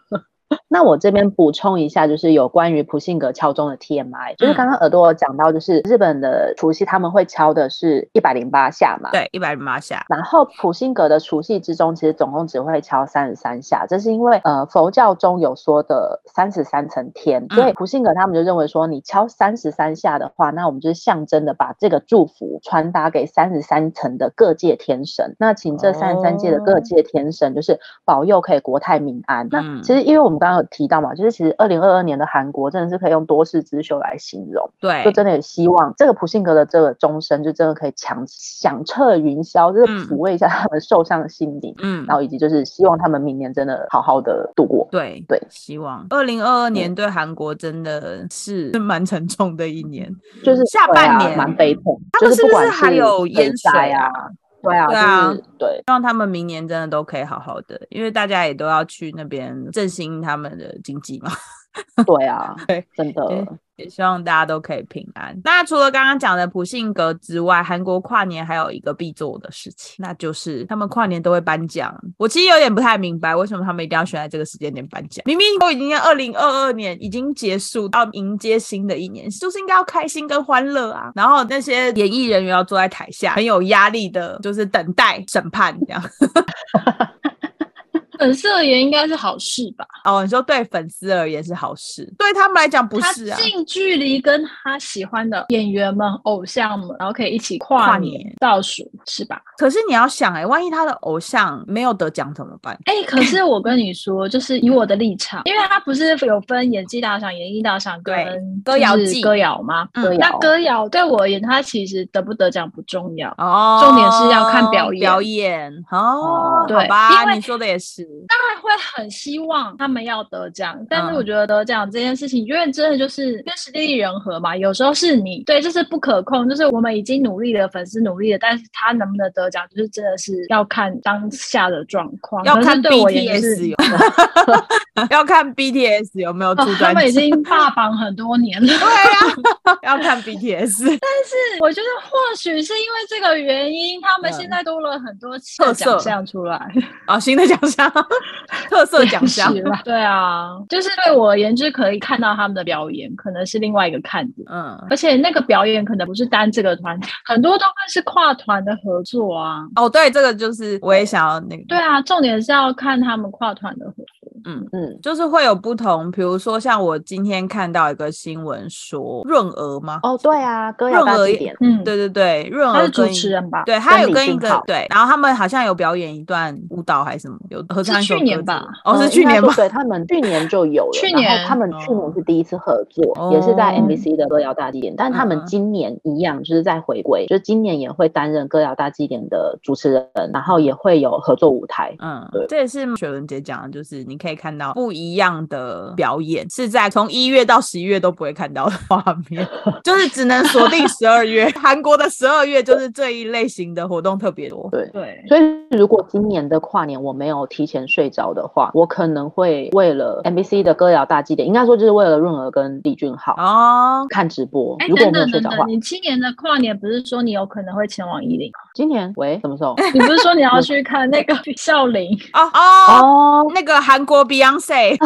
Speaker 2: 那我这边补充一下，就是有关于普信阁敲钟的 TMI，就是刚刚耳朵有讲到，就是日本的除夕他们会敲的是一百零八下嘛，
Speaker 1: 对，一百零八下，
Speaker 2: 然后普信阁的除夕之中，其实总共只会敲三十三下，这是因为呃佛教中有说的三十三层天，
Speaker 1: 嗯
Speaker 2: 所以普信阁他们就认为说，你敲三十三下的话，那我们就是象征的把这个祝福传达给三十三层的各界天神。那请这三十三界的
Speaker 1: 哦
Speaker 2: 各界天神就是保佑可以国泰民安。那
Speaker 1: 嗯
Speaker 2: 其实因为我们刚刚有有提到嘛，就是其实二零二二年的韩国真的是可以用多事之秀来形容。
Speaker 1: 对
Speaker 2: 就，真的也希望这个普信阁的这个钟声，就真的可以强响彻云霄，就是
Speaker 1: 嗯
Speaker 2: 抚慰一下他们受伤的心灵，
Speaker 1: 嗯，
Speaker 2: 然后以及就是希望他们明年真的好好的度过。
Speaker 1: 对嗯
Speaker 2: 对
Speaker 1: 希望二零二二年对韩国真的是蛮沉重的一年。
Speaker 2: 就是
Speaker 1: 嗯下
Speaker 2: 对
Speaker 1: 半
Speaker 2: 啊
Speaker 1: 年
Speaker 2: 蛮悲痛，
Speaker 1: 他
Speaker 2: 就
Speaker 1: 们
Speaker 2: 是
Speaker 1: 不
Speaker 2: 不管
Speaker 1: 是还有淹水
Speaker 2: 水啊？对啊，
Speaker 1: 对啊
Speaker 2: 就是对，
Speaker 1: 让他们明年真的都可以好好的，因为大家也都要去那边振兴他们的经济嘛。
Speaker 2: 对啊，
Speaker 1: *laughs* 对，
Speaker 2: 真
Speaker 1: 对
Speaker 2: 的，
Speaker 1: 也希望大家都可以平安。那除了刚刚讲的普信阁之外，韩国跨年还有一个必做的事情，那就是他们跨年都会颁奖。我其实有点不太明白，为什么他们一定要选在这个时间点颁奖？明明都已经在二零二二年已经结束，要迎接新的一年，就是应该要开心跟欢乐啊。然后那些演艺人员要坐在台下，很有压力的，就是等待审判这样。 *laughs*
Speaker 3: 粉丝而言应该是好事吧？
Speaker 1: 哦，你说对粉丝而言是好事，对他们来讲不是啊
Speaker 3: 他。近距离跟他喜欢的演员们、偶像们，然后可以一起跨
Speaker 1: 跨
Speaker 3: 年
Speaker 1: 年
Speaker 3: 倒数，是吧？
Speaker 1: 可是你要想、哎，万一他的偶像没有得奖怎么办？
Speaker 3: 哎、可是我跟你说，就是以我的立场，因为他不是有分演技大赏、演艺大赏跟
Speaker 1: 对歌谣
Speaker 3: 就是
Speaker 1: 季
Speaker 3: 歌谣吗？
Speaker 1: 嗯
Speaker 2: 歌
Speaker 3: 那
Speaker 2: 谣
Speaker 3: 歌谣对我而言，它其实得不得奖不重要。
Speaker 1: 哦，
Speaker 3: 重点是要看表演
Speaker 1: 表演哦，
Speaker 3: 对
Speaker 1: 好吧
Speaker 3: 因，为
Speaker 1: 你说的也是，
Speaker 3: 当然会很希望他们要得奖，但是
Speaker 1: 嗯
Speaker 3: 我觉得得奖这件事情，因为真的就是跟实力人和嘛，有时候是你对，这是不可控，就是我们已经努力了，粉丝努力了，但是他能不能得奖，就是真的是要看当下的状况。
Speaker 1: 要
Speaker 3: 可是
Speaker 1: 看
Speaker 3: 对我而言就
Speaker 1: BTS
Speaker 3: 是
Speaker 1: 有，
Speaker 3: *laughs*
Speaker 1: *laughs* 要看 BTS 有没有
Speaker 3: 哦
Speaker 1: 出
Speaker 3: 他
Speaker 1: 专
Speaker 3: 们已
Speaker 1: 辑， *laughs*
Speaker 3: 经啊霸榜很多年了。
Speaker 1: 对呀，要看 BTS
Speaker 3: 我觉得或许是因为这个原因，他们
Speaker 1: 嗯
Speaker 3: 现在多了很多新
Speaker 1: 特
Speaker 3: 的
Speaker 1: 色
Speaker 3: 奖项出来，
Speaker 1: 哦，新的奖
Speaker 3: *laughs*
Speaker 1: 项，特色奖项
Speaker 3: 也，是啦
Speaker 1: *laughs*
Speaker 3: 对啊，就是对我而言，就是可以看到他们的表演，可能是另外一个看点。
Speaker 1: 嗯。
Speaker 3: 而且那个表演可能不是单这个团，很多都会是跨团的合作啊。
Speaker 1: 哦，对，这个就是我也想要那个，
Speaker 3: 对啊，重点是要看他们跨团的合作。
Speaker 2: 嗯，
Speaker 1: 就是会有不同，比如说像我今天看到一个新闻说润儿吗？
Speaker 2: 哦，对啊，歌谣大
Speaker 1: 润儿
Speaker 2: 祭
Speaker 1: 也
Speaker 2: 典，
Speaker 3: 嗯，，
Speaker 1: 对对对，润
Speaker 3: 他
Speaker 1: 儿
Speaker 3: 是主
Speaker 1: 跟
Speaker 3: 持人吧？
Speaker 1: 对，他有
Speaker 2: 跟
Speaker 1: 跟
Speaker 2: 李
Speaker 1: 一
Speaker 2: 俊
Speaker 1: 个
Speaker 2: 昊
Speaker 1: 对，然后他们好像有表演一段舞蹈还是什么，有合唱一首
Speaker 3: 去年
Speaker 1: 歌
Speaker 3: 吧
Speaker 1: 之类的哦，是
Speaker 2: 嗯
Speaker 1: 去
Speaker 2: 应该
Speaker 1: 年
Speaker 2: 说
Speaker 1: 吧？
Speaker 2: 对他们去年就有了，
Speaker 3: 去
Speaker 2: 然后
Speaker 3: 年
Speaker 2: 他们去年是第一次合作，
Speaker 1: 哦
Speaker 2: 也是在 MBC 的歌谣大祭典，但他
Speaker 1: 嗯
Speaker 2: 们
Speaker 1: 嗯
Speaker 2: 今年一样就是在回归，就是今年也会担任歌谣大祭典的主持人，然后也会有合作舞台。
Speaker 1: 嗯
Speaker 2: 对，
Speaker 1: 这也是雪伦姐讲的，就是你可以看到不一样的表演，是在从一月到十一月都不会看到的画面， *laughs* 就是只能锁定十二月。 *laughs* 韩国的十二月就是这一类型的活动特别多。
Speaker 2: 对，
Speaker 3: 对，
Speaker 2: 所以，如果今年的跨年我没有提前睡着的话，我可能会为了 MBC 的歌谣大祭典，应该说就是为了润儿跟李俊昊、
Speaker 1: 哦，
Speaker 2: 看直播。
Speaker 3: 哎，
Speaker 2: 如果我
Speaker 3: 等
Speaker 2: 没有
Speaker 3: 等
Speaker 2: 睡
Speaker 3: 等
Speaker 2: 着的话
Speaker 3: 等，，你今年的跨年不是说你有可能会前往伊
Speaker 1: *laughs*
Speaker 3: 林？
Speaker 2: 今年喂什么时候？
Speaker 3: 你不是说你要去看那个 *laughs* 孝琳？因
Speaker 1: 哦 *laughs* 哦，
Speaker 2: 哦，
Speaker 1: 那个韩国 Beyonce，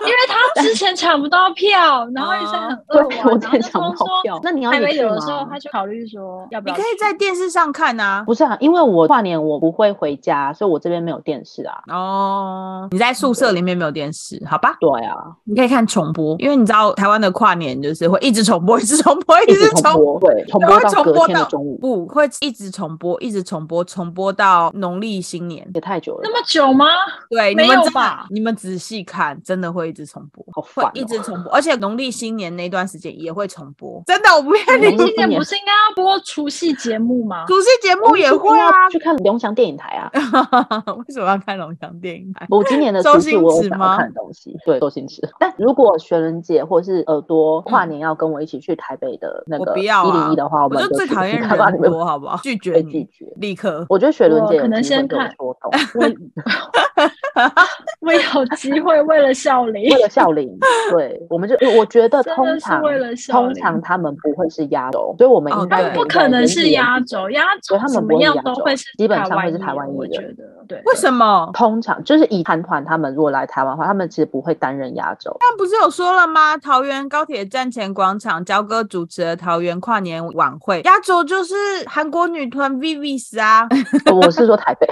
Speaker 3: 为他之前抢不到票，然后一直很
Speaker 2: 对
Speaker 3: 扼腕，，
Speaker 2: 我
Speaker 3: 然
Speaker 2: 之
Speaker 3: 后
Speaker 2: 前
Speaker 3: 就
Speaker 2: 抢
Speaker 3: 通
Speaker 2: 不到
Speaker 3: 说
Speaker 2: 票。那你要
Speaker 3: 还
Speaker 2: 一
Speaker 3: 没
Speaker 2: 起去
Speaker 3: 有的时候，
Speaker 2: 吗
Speaker 3: 他？就考虑说要不
Speaker 1: 你
Speaker 3: 要
Speaker 1: 可
Speaker 3: 去。
Speaker 1: 以在电视上看啊。
Speaker 2: 不是啊，因为我跨年我不会回家，所以我这边没有电视啊。
Speaker 1: 哦，你在宿舍里面没有电视，好吧？
Speaker 2: 对啊，
Speaker 1: 你可以看重播，因为你知道台湾的跨年就是会一直重播，一直重播，
Speaker 2: 一
Speaker 1: 直
Speaker 2: 直重播，对，重
Speaker 1: 它
Speaker 2: 播
Speaker 1: 会
Speaker 2: 到
Speaker 1: 重
Speaker 2: 隔
Speaker 1: 播
Speaker 2: 天的
Speaker 1: 到
Speaker 2: 中午，
Speaker 1: 不会一直重播，一直重播，重播到农历新年。
Speaker 2: 也太久了
Speaker 3: 那，么久吗？
Speaker 1: 对，
Speaker 3: 没
Speaker 1: 你们
Speaker 3: 有
Speaker 1: 真的
Speaker 3: 吧，
Speaker 1: 你们仔细看，真的会一直重播，
Speaker 2: 好
Speaker 1: 会
Speaker 2: 烦哦。
Speaker 1: 一直重播，而且农历新年那段时间也会重播，真的，我不骗
Speaker 3: 你
Speaker 1: 你。
Speaker 2: 嗯
Speaker 3: 今年不是应该要播除夕节目吗？
Speaker 1: *laughs* 主持节目也
Speaker 2: 我
Speaker 1: 会
Speaker 2: 一定
Speaker 1: 啊
Speaker 2: 要，去看龙翔电影台啊。 *laughs*
Speaker 1: 为什么要看龙翔电影台？
Speaker 2: 我今年
Speaker 1: *laughs*
Speaker 2: 的
Speaker 1: 周
Speaker 2: 除夕
Speaker 1: 星
Speaker 2: 我有
Speaker 1: 驰
Speaker 2: 想
Speaker 1: 吗
Speaker 2: 要看的东西，对周星驰。但如果雪人姐或是耳朵跨年要跟我一起去台北的那
Speaker 1: 嗯我
Speaker 2: 个
Speaker 1: 不
Speaker 2: 一
Speaker 1: 要啊
Speaker 2: 零一的话，
Speaker 1: 我
Speaker 2: 们
Speaker 1: 就最
Speaker 2: 去
Speaker 1: 讨厌
Speaker 2: 看到你
Speaker 1: 人
Speaker 2: 们
Speaker 1: 多，好不好？拒绝
Speaker 2: 被拒
Speaker 1: 你，
Speaker 2: 绝。
Speaker 1: 立刻。
Speaker 2: 我觉得雪伦
Speaker 3: 我
Speaker 2: 姐有
Speaker 3: 可能
Speaker 2: 机会
Speaker 3: 先
Speaker 2: 被我
Speaker 3: 看
Speaker 2: 说动，
Speaker 3: *laughs* 我有机会为了笑琳
Speaker 2: *laughs* 为，了笑脸，对，我们就我觉得
Speaker 3: 真
Speaker 2: 通
Speaker 3: 的是
Speaker 2: 常
Speaker 3: 为了笑
Speaker 2: 通
Speaker 3: 脸
Speaker 2: 常他们不会是压轴，所以我们
Speaker 1: 哦
Speaker 2: 应该
Speaker 3: 他
Speaker 1: 对
Speaker 3: 们
Speaker 2: 以
Speaker 3: 不
Speaker 2: 在
Speaker 3: 可能
Speaker 2: 原
Speaker 3: 是
Speaker 2: 地
Speaker 3: 压
Speaker 2: 原地
Speaker 3: 轴，压轴
Speaker 2: 对他们
Speaker 3: 怎
Speaker 2: 不
Speaker 3: 么
Speaker 2: 会
Speaker 3: 样
Speaker 2: 压
Speaker 3: 都
Speaker 2: 轴
Speaker 3: 会是
Speaker 2: 基本上会是台
Speaker 3: 台
Speaker 2: 湾
Speaker 3: 我
Speaker 2: 艺
Speaker 3: 觉
Speaker 2: 人
Speaker 3: 得对。
Speaker 1: 为什么？
Speaker 2: 通常就是以韩团他们如果来台湾的话，他们其实不会担任压轴，
Speaker 1: 但不是有说了吗？桃园高铁站前广场，焦哥主持的桃园跨年晚会，压轴就是韩国女团 VVS 啊，
Speaker 2: *laughs*
Speaker 1: 立
Speaker 2: 我是说台
Speaker 3: *laughs*
Speaker 2: 北，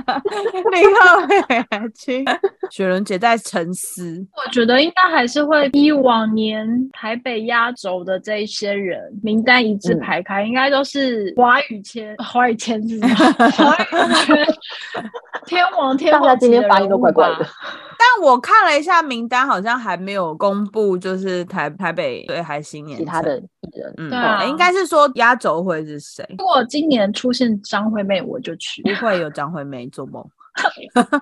Speaker 1: 刻被来去。雪伦姐在沉思，
Speaker 3: 我觉得应该还是会依往年台北压轴的这一些人名单一字
Speaker 2: 嗯
Speaker 3: 排开，应该都是华语圈，华语圈是什么？华语圈天王天
Speaker 2: 大家
Speaker 3: 王级
Speaker 2: 今
Speaker 3: 的
Speaker 2: 天发
Speaker 3: 人
Speaker 2: 音都
Speaker 3: 物
Speaker 2: 怪怪
Speaker 3: 吧
Speaker 2: 的。
Speaker 1: 但我看了一下名单，好像还没有公布，就是台台北对还新年
Speaker 2: 其他的
Speaker 1: 城，
Speaker 2: 艺人。
Speaker 1: 嗯，
Speaker 3: 对啊
Speaker 1: 诶应该是说压轴会是谁？
Speaker 3: 如果今年出现张惠妹，我就去
Speaker 1: 不。会有张惠妹做梦，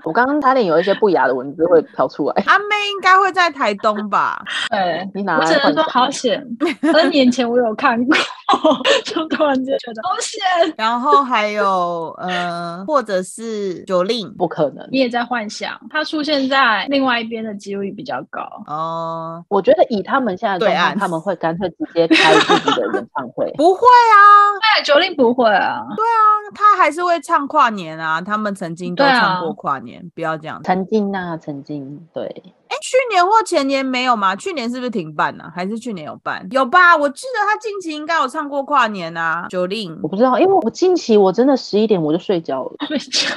Speaker 2: 我刚刚差点有一些不雅的文字会飘出来，
Speaker 1: 阿妹应该会在台东吧？
Speaker 3: 对，
Speaker 2: 你拿
Speaker 3: 我
Speaker 2: 来
Speaker 3: 只能
Speaker 2: 幻
Speaker 3: 说
Speaker 2: 想。*laughs*
Speaker 3: 好险，n 年前我有看过，就突然间觉得好险。
Speaker 1: 然后还有呃，或者是九令
Speaker 2: 不可能。
Speaker 3: 你也在幻想，它出现在另外一边的几率比较高。
Speaker 1: 哦，
Speaker 2: 我觉得以他们现在的
Speaker 1: 对
Speaker 2: 状况，
Speaker 1: 岸。
Speaker 2: 他们会干脆直接开自己的演唱会
Speaker 1: *laughs* 不会啊，
Speaker 3: 哎，九令不会啊， *laughs*
Speaker 1: 他还是会唱跨年啊，他们曾经都
Speaker 3: 对啊
Speaker 1: 唱过跨年，不要这样。
Speaker 2: 曾经啊，曾经对，
Speaker 1: 哎，去年或前年没有吗？去年是不是停办呢、啊？还是去年有办？有吧？我记得他近期应该有唱过跨年啊。九令
Speaker 2: 我不知道，因为我近期我真的十一点我就睡觉了。
Speaker 3: 对就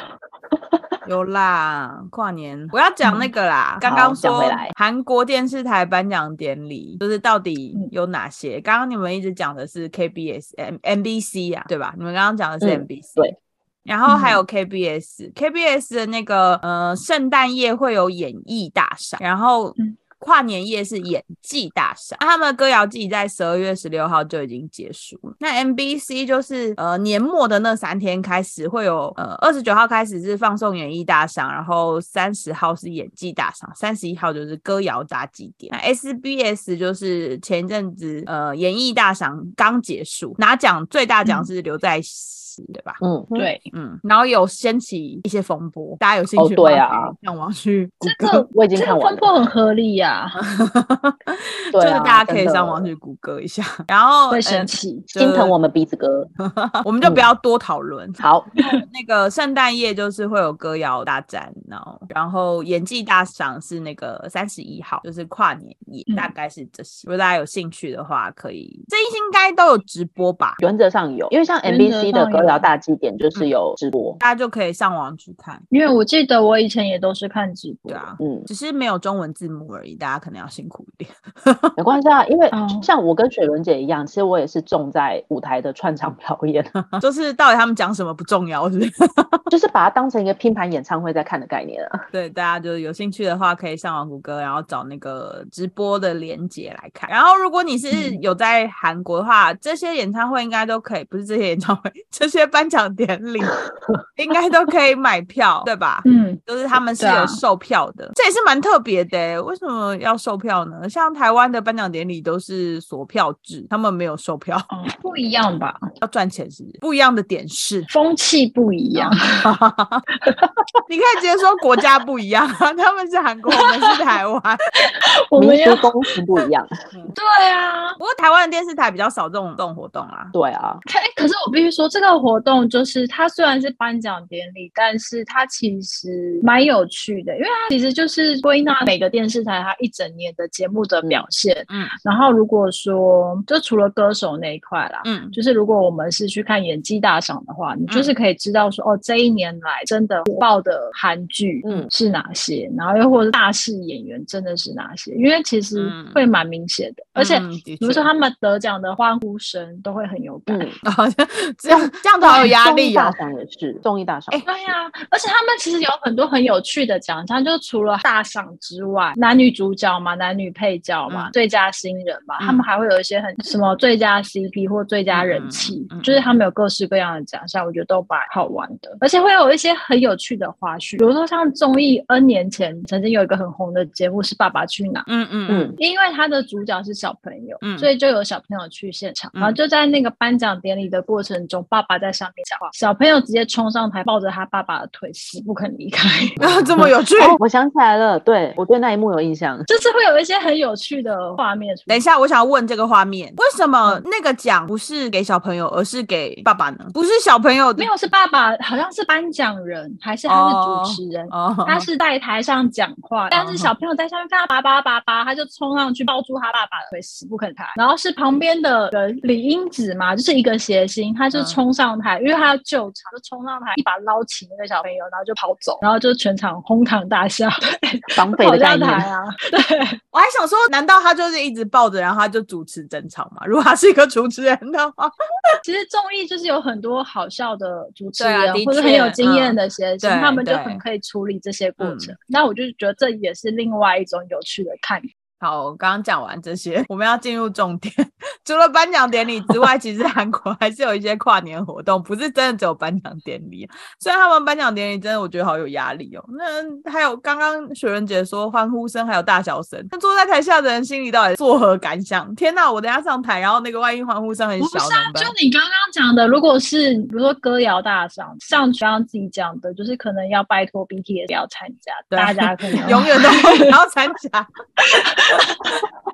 Speaker 1: 有啦，跨年我要讲那个啦，刚
Speaker 2: 嗯好
Speaker 1: 刚
Speaker 2: 讲
Speaker 1: 说
Speaker 2: 回来
Speaker 1: 韩国电视台颁奖典礼，就是到底
Speaker 3: 嗯
Speaker 1: 有哪些？刚刚你们一直讲的是 KBS、M MBC 啊，对吧？你们刚刚讲的是
Speaker 2: 嗯
Speaker 1: MBC，、
Speaker 2: 对。
Speaker 1: 然后还
Speaker 3: 嗯
Speaker 1: 有 KBS，KBS、KBS 的那个呃圣诞夜会有演艺大赏，然后
Speaker 3: 嗯
Speaker 1: 跨年夜是演技大赏。啊那他们的歌谣季在十二月十六号就已经结束了。那 MBC 就是呃年末的那三天开始会有呃二十九号开始是放送演艺大赏，然后三十号是演技大赏，三十一号就是歌谣大祭典。那 SBS 就是前一阵子呃演艺大赏刚结束，拿奖最大奖
Speaker 3: 嗯
Speaker 1: 是刘在石、对吧？
Speaker 2: 嗯，，
Speaker 3: 对。
Speaker 1: 嗯，然后有掀起一些风波，大家有兴
Speaker 2: 哦
Speaker 1: 趣
Speaker 2: 对
Speaker 1: 吗
Speaker 2: 啊，
Speaker 1: 可以上网去谷
Speaker 3: 这
Speaker 1: 歌，
Speaker 3: 个
Speaker 2: 我已经
Speaker 3: 这
Speaker 2: 看
Speaker 3: 个
Speaker 2: 完
Speaker 3: 风
Speaker 2: 了。
Speaker 3: 波很合理呀、
Speaker 1: 就
Speaker 2: 对
Speaker 1: 是
Speaker 2: 啊，
Speaker 1: 大家可以
Speaker 2: 真的
Speaker 1: 上网去谷歌一下，然后
Speaker 3: 会
Speaker 1: 嗯
Speaker 3: 生气。
Speaker 1: 就是
Speaker 2: 心疼我们鼻子哥。
Speaker 1: *laughs* 我们就不
Speaker 2: 嗯
Speaker 1: 要多讨论。
Speaker 2: 好，
Speaker 1: 那个圣诞夜就是会有歌谣大战，然后然后演技大赏是那个三十一号，就是跨年夜，
Speaker 3: 嗯
Speaker 1: 大概是这些。如果大家有兴趣的话，可以，这应该都有直播吧，
Speaker 2: 原则上有，因为像
Speaker 3: 原则
Speaker 2: MBC 的
Speaker 3: 上
Speaker 2: 歌
Speaker 3: 有嗯
Speaker 2: 谣大祭典就是有直播，
Speaker 1: 大家就可以上网去看。
Speaker 3: 因为我记得我以前也都是看直播，
Speaker 1: 对啊，
Speaker 2: 嗯，
Speaker 1: 只是没有中文字幕而已，大家可能要辛苦一点。 *laughs*
Speaker 2: 没关系啊，因为
Speaker 3: 哦
Speaker 2: 像我跟雪伦姐一样，其实我也是重在舞台的串场表演，啊
Speaker 1: 就是到底他们讲什么不重要，是不是？
Speaker 3: 哦
Speaker 2: 就是把它当成一个拼盘演唱会在看的概念啊。
Speaker 1: 对，大家就是有兴趣的话，可以上网谷歌，然后找那个直播的链接来看。然后，如果你是
Speaker 3: 嗯
Speaker 1: 有在韩国的话，这些演唱会应该都可以，不是这些演唱会， *laughs* 这些颁奖典
Speaker 3: *laughs*
Speaker 1: 礼应该都可以买票，对吧？
Speaker 3: 嗯，
Speaker 1: 就是他们是
Speaker 3: 对啊
Speaker 1: 有售票的，这也是蛮特别的欸。为什么要售票呢？像台湾的颁奖典礼都是索票制，他们没有售票，
Speaker 3: 哦，不一样吧，
Speaker 1: 要赚钱是不是不一样的点是，
Speaker 3: 风气不一
Speaker 1: 嗯
Speaker 3: 样。
Speaker 1: 你可以直接说国家不一样 *laughs* 啊，他们是韩国，我们是台湾。
Speaker 3: 我们
Speaker 2: 民
Speaker 3: 要
Speaker 2: 俗风情不一样，
Speaker 3: 对啊，
Speaker 1: 不过台湾的电视台比较少这种这种活动啦。
Speaker 2: 对啊，
Speaker 3: 可哎可是我必须说，这个活动就是它虽然是颁奖典礼，但是它其实蛮有趣的，因为它其实就是归纳每个电视台它一整年的节目的表现。
Speaker 1: 嗯
Speaker 3: 然后如果说，就除了歌手那一块啦，
Speaker 1: 嗯，
Speaker 3: 就是如果我们是去看演技大赏的话，你就是可以知道说，哦，这一年来真的火爆的韩剧，
Speaker 2: 嗯
Speaker 3: 嗯，是哪些，然后又或者是大势演员真的是哪些，因为其实
Speaker 1: 嗯
Speaker 3: 会蛮明显的，而且。
Speaker 1: 嗯的
Speaker 3: 比如
Speaker 1: 确
Speaker 3: 说他们得奖的欢呼声都会很有感，
Speaker 2: 嗯，
Speaker 1: *laughs* 好像这
Speaker 3: *laughs*
Speaker 1: 样这样子好有压
Speaker 2: 综艺
Speaker 1: 力
Speaker 2: 大
Speaker 1: 哦。
Speaker 2: 赏也是，综艺大赏
Speaker 1: 哎
Speaker 2: 也是，
Speaker 3: 啊对啊呀、而且他们其实有很多很有趣的奖项，就除了大赏之外，男女主角嘛、男女配角嘛、
Speaker 1: 嗯
Speaker 3: 最佳新人嘛，
Speaker 1: 嗯
Speaker 3: 他们还会有一些很什么最佳 CP 或最佳人气，
Speaker 1: 嗯嗯嗯嗯
Speaker 3: 就是他们有各式各样的奖项，我觉得都蛮好玩的，而且会有一些很有趣的花絮，比如说像综艺 N 年前曾经有一个很红的节目是《爸爸去哪》。
Speaker 1: 嗯嗯嗯
Speaker 2: 嗯，
Speaker 3: 因为他的主角是小朋友，
Speaker 1: 嗯
Speaker 3: 所以就有小朋友去现场，
Speaker 1: 嗯
Speaker 3: 然后就在那个颁奖典礼的过程中，爸爸在上面讲话，小朋友直接冲上台，抱着他爸爸的腿，死不肯离开， *laughs*
Speaker 1: 然后 *laughs* 这么有趣。
Speaker 2: 哦，我想起来了，对我对那一幕有印象，
Speaker 3: 就是会有一些很有趣的画面出现。
Speaker 1: 等一下，我想要问这个画面，为什么那个奖不是给小朋友，而是给爸爸呢？不是小朋友的
Speaker 3: 没有是爸爸，好像是颁奖人，还是他
Speaker 1: 哦
Speaker 3: 是主持人。
Speaker 1: 哦，
Speaker 3: 他是在台上讲话，但是小朋友在下面看他爸爸爸爸，他就冲上去抱住他爸爸的腿，死不肯开。然后是旁边的人李英子嘛，就是一个谐星，他
Speaker 1: 嗯
Speaker 3: 就冲上台，因为他要救场，就冲上台一把捞起那个小朋友，然后就跑走，然后就全场哄堂大笑， *laughs*
Speaker 2: 绑匪
Speaker 3: 跑
Speaker 2: 的概
Speaker 3: 下台
Speaker 1: *laughs*
Speaker 2: 念。
Speaker 3: 啊，
Speaker 1: 我还想说，难道他就是一直抱着，然后他就主持整场吗？如果他是一个主持人的话，
Speaker 3: 其实综艺就是有很多好笑的主持
Speaker 1: 对啊
Speaker 3: 人，
Speaker 1: 的
Speaker 3: 或者很有
Speaker 1: 确
Speaker 3: 经验
Speaker 1: 嗯
Speaker 3: 的谐星，
Speaker 1: 对
Speaker 3: 他们就
Speaker 1: 对
Speaker 3: 很可以处理这些过
Speaker 1: 嗯
Speaker 3: 程。那我就觉得这也是另外一种有趣的看点。
Speaker 1: 好，我刚刚讲完这些，我们要进入重点。 *laughs* 除了颁奖典礼之外，其实韩国还是有一些跨年活动，不是真的只有颁奖典礼。虽然他们颁奖典礼真的我觉得好有压力哦。那还有刚刚雪伦姐说欢呼声还有大小声，那坐在台下的人心里到底作何感想？天呐，我等一下上台，然后那个万一欢呼声很
Speaker 3: 不
Speaker 1: 小
Speaker 3: 是
Speaker 1: 怎么
Speaker 3: 啊，
Speaker 1: 办
Speaker 3: 就？你刚刚讲的，如果是比如说歌谣大赏，像刚刚自己讲的，就是可能要拜托 BTS 不要参加，
Speaker 1: 对
Speaker 3: 大家可
Speaker 1: *laughs*
Speaker 3: 能
Speaker 1: 永。远
Speaker 3: *laughs*
Speaker 1: 都不要参加。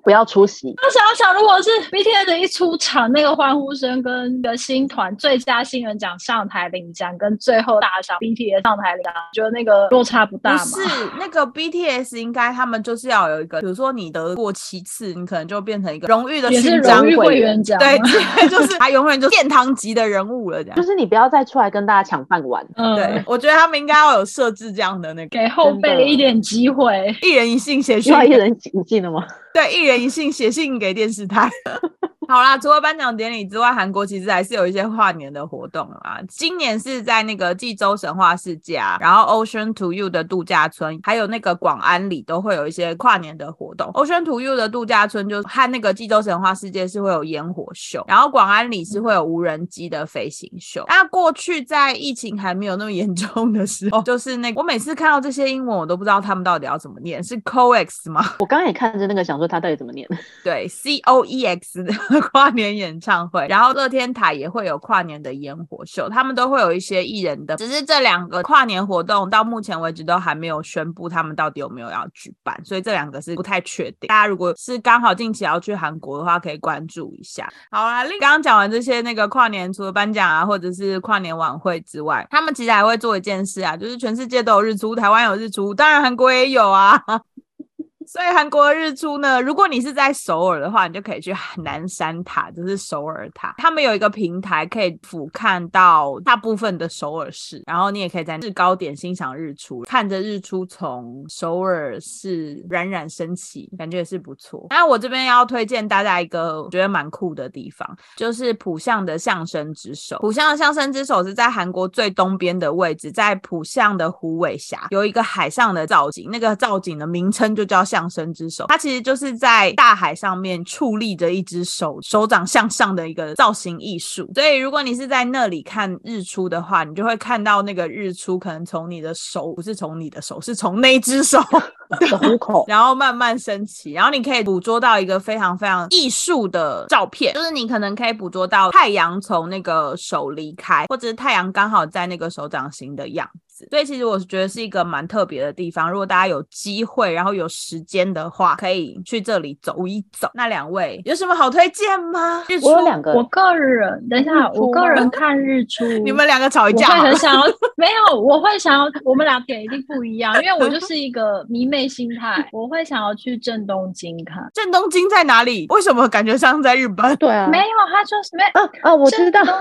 Speaker 2: 不要出席，
Speaker 3: 那想想，如果是 BTS 一出场，那个欢呼声跟那个新团最佳新人奖上台领奖，跟最后大赏 BTS 上台领奖，觉得那个落差不大
Speaker 1: 不
Speaker 3: 嘛？
Speaker 1: 是那个 BTS，应该他们就是要有一个，比如说你得过七次，你可能就变成一个荣誉的
Speaker 3: 也是
Speaker 1: 勋章
Speaker 3: 荣誉
Speaker 2: 会
Speaker 3: 会
Speaker 2: 员
Speaker 3: 员奖吗，
Speaker 1: 对，这个就是他永远就是殿堂级的人物了，这
Speaker 2: 就
Speaker 1: 样。
Speaker 2: 是你不要再出来跟大家抢饭碗。
Speaker 3: 嗯，
Speaker 1: 对，我觉得他们应该要有设置这样的那个
Speaker 3: 给后
Speaker 2: 真的
Speaker 3: 辈一点机会。
Speaker 1: 一人一信写
Speaker 2: 需
Speaker 1: 讯
Speaker 2: 要，一人一进了吗？
Speaker 1: 对，一人一信写信给电视台。 *laughs* 好啦，除了颁奖典礼之外，韩国其实还是有一些跨年的活动啊。今年是在那个济州神话世界啊，然后 Ocean to You 的度假村，还有那个广安里都会有一些跨年的活动。Ocean to You 的度假村就和那个济州神话世界是会有烟火秀，然后广安里是会有无人机的飞行秀。那过去在疫情还没有那么严重的时候，就是那我每次看到这些英文，我都不知道他们到底要怎么念，是 coex 吗？
Speaker 2: 我刚刚也看着那个，想说他到底怎么念。
Speaker 1: 对，C O E X *laughs* 的跨年演唱会，然后乐天台也会有跨年的烟火秀，他们都会有一些艺人的，只是这两个跨年活动到目前为止都还没有宣布他们到底有没有要举办，所以这两个是不太确定。大家如果是刚好近期要去韩国的话，可以关注一下。好啦，另刚刚讲完这些那个跨年，除了颁奖啊，或者是跨年晚会之外，他们其实还会做一件事啊，就是全世界都有日出，台湾有日出，当然韩国也有啊。所以韩国的日出呢，如果你是在首尔的话，你就可以去南山塔，就是首尔塔。他们有一个平台可以俯瞰到大部分的首尔市，然后你也可以在制高点欣赏日出，看着日出从首尔市冉冉升起，感觉也是不错。那我这边要推荐大家一个我觉得蛮酷的地方，就是浦项的象山之首。浦项的象山之首是在韩国最东边的位置，在浦项的虎尾峡有一个海上的造景，那个造景的名称就叫象山之首。它其实就是在大海上面矗立着一只手，手掌向上的一个造型艺术。所以如果你是在那里看日出的话，你就会看到那个日出可能从你的手，不是从你的手，是从那一只手。
Speaker 2: 的虎口，
Speaker 1: 然后慢慢升起，然后你可以捕捉到一个非常非常艺术的照片，就是你可能可以捕捉到太阳从那个手离开，或者是太阳刚好在那个手掌心的样子。所以其实我觉得是一个蛮特别的地方，如果大家有机会，然后有时间的话，可以去这里走一走。那两位有什么好推荐吗？日出
Speaker 2: *laughs* 我有两个
Speaker 3: 我个人，等一
Speaker 2: 日
Speaker 3: 下，
Speaker 2: 出
Speaker 3: 我个人看日出，
Speaker 1: *laughs* 你们两个吵
Speaker 3: 我
Speaker 1: 一架
Speaker 3: 会
Speaker 1: 好了
Speaker 3: 很想
Speaker 1: *laughs*
Speaker 3: 要，没有，我会想要，我们俩点一定不一样，因为我就是一个迷妹心态，我会想要去正东京看。
Speaker 1: 正东京在哪里？为什么感觉像在日本？ *laughs*
Speaker 2: 对啊，
Speaker 3: 没有，他就是没。
Speaker 2: 啊啊，我知道
Speaker 3: 正东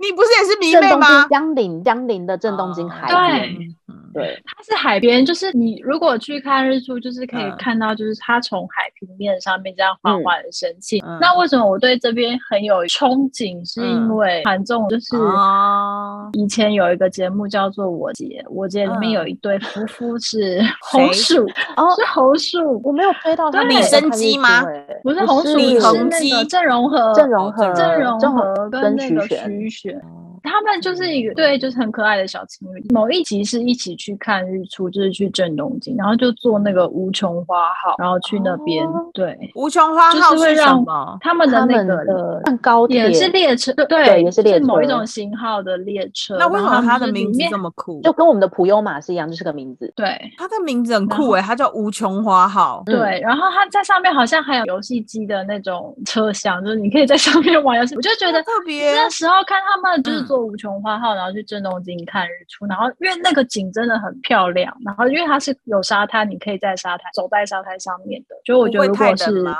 Speaker 1: 你不是也是迷
Speaker 2: 正
Speaker 1: 妹
Speaker 2: 东京
Speaker 1: 吗？
Speaker 2: 江陵，江陵的正东京海边，
Speaker 3: 哦对
Speaker 1: 嗯
Speaker 2: 对，
Speaker 3: 它是海边，就是你如果去看日出，就是可以
Speaker 1: 嗯
Speaker 3: 看到，就是它从海平面上面这样缓缓的升起。
Speaker 1: 嗯
Speaker 3: 那为什么我对这边很有憧憬？是
Speaker 1: 嗯
Speaker 3: 因为韩综就是
Speaker 1: 哦，
Speaker 3: 以前有一个节目叫做《我姐》，我姐里面
Speaker 1: 嗯
Speaker 3: 有一对夫妇是红薯，
Speaker 2: 哦
Speaker 3: 是红薯，
Speaker 2: 我没有推到他们
Speaker 3: 对
Speaker 2: 在
Speaker 1: 李生
Speaker 2: 看日出
Speaker 1: 基吗
Speaker 2: 欸
Speaker 3: 不是红薯，
Speaker 1: 李
Speaker 3: 是
Speaker 1: 弘
Speaker 3: 那
Speaker 1: 基
Speaker 3: 个郑容和，
Speaker 2: 郑容
Speaker 1: 哦
Speaker 2: 和、
Speaker 3: 郑容
Speaker 2: 郑
Speaker 3: 和跟那
Speaker 2: 徐
Speaker 3: 个
Speaker 2: 玄，
Speaker 3: 徐玄。
Speaker 2: 哦
Speaker 3: 他们就是一个对，就是很可爱的小情侣。某一集是一起去看日出，就是去正东京，然后就坐那个无穷花号，然后去那边。
Speaker 2: 哦
Speaker 3: 对，
Speaker 1: 无穷花
Speaker 3: 就是
Speaker 1: 号
Speaker 3: 会
Speaker 1: 是什
Speaker 3: 让呃
Speaker 1: 么？
Speaker 3: 他们的
Speaker 2: 他
Speaker 3: 那
Speaker 2: 们
Speaker 3: 个
Speaker 2: 的上高铁
Speaker 3: 也是列车，
Speaker 2: 对也是列车
Speaker 3: 某一种型号的列车。
Speaker 1: 那为什
Speaker 3: 然
Speaker 1: 么
Speaker 3: 后
Speaker 1: 它
Speaker 3: 就
Speaker 1: 的
Speaker 3: 是里
Speaker 1: 名字
Speaker 3: 面
Speaker 1: 这么酷？
Speaker 2: 就跟我们的普悠玛是一样，就是个名字。
Speaker 3: 对？
Speaker 1: 它的名字很
Speaker 3: 然
Speaker 1: 酷
Speaker 3: 后
Speaker 1: 诶、它叫无穷花号。
Speaker 2: 嗯
Speaker 3: 对，然后它在上面好像还有游戏机的那种车厢，就是你可以在上面玩游戏。我就觉得
Speaker 1: 特别啊
Speaker 3: 那时候看他们就是
Speaker 1: 嗯
Speaker 3: 坐无穷花号，然后去正东京看日出，然后因为那个景真的很漂亮，然后因为它是有沙滩，你可以在沙滩走在沙滩上面的，就我觉得如
Speaker 1: 不会太
Speaker 3: 果是
Speaker 1: 冷吗？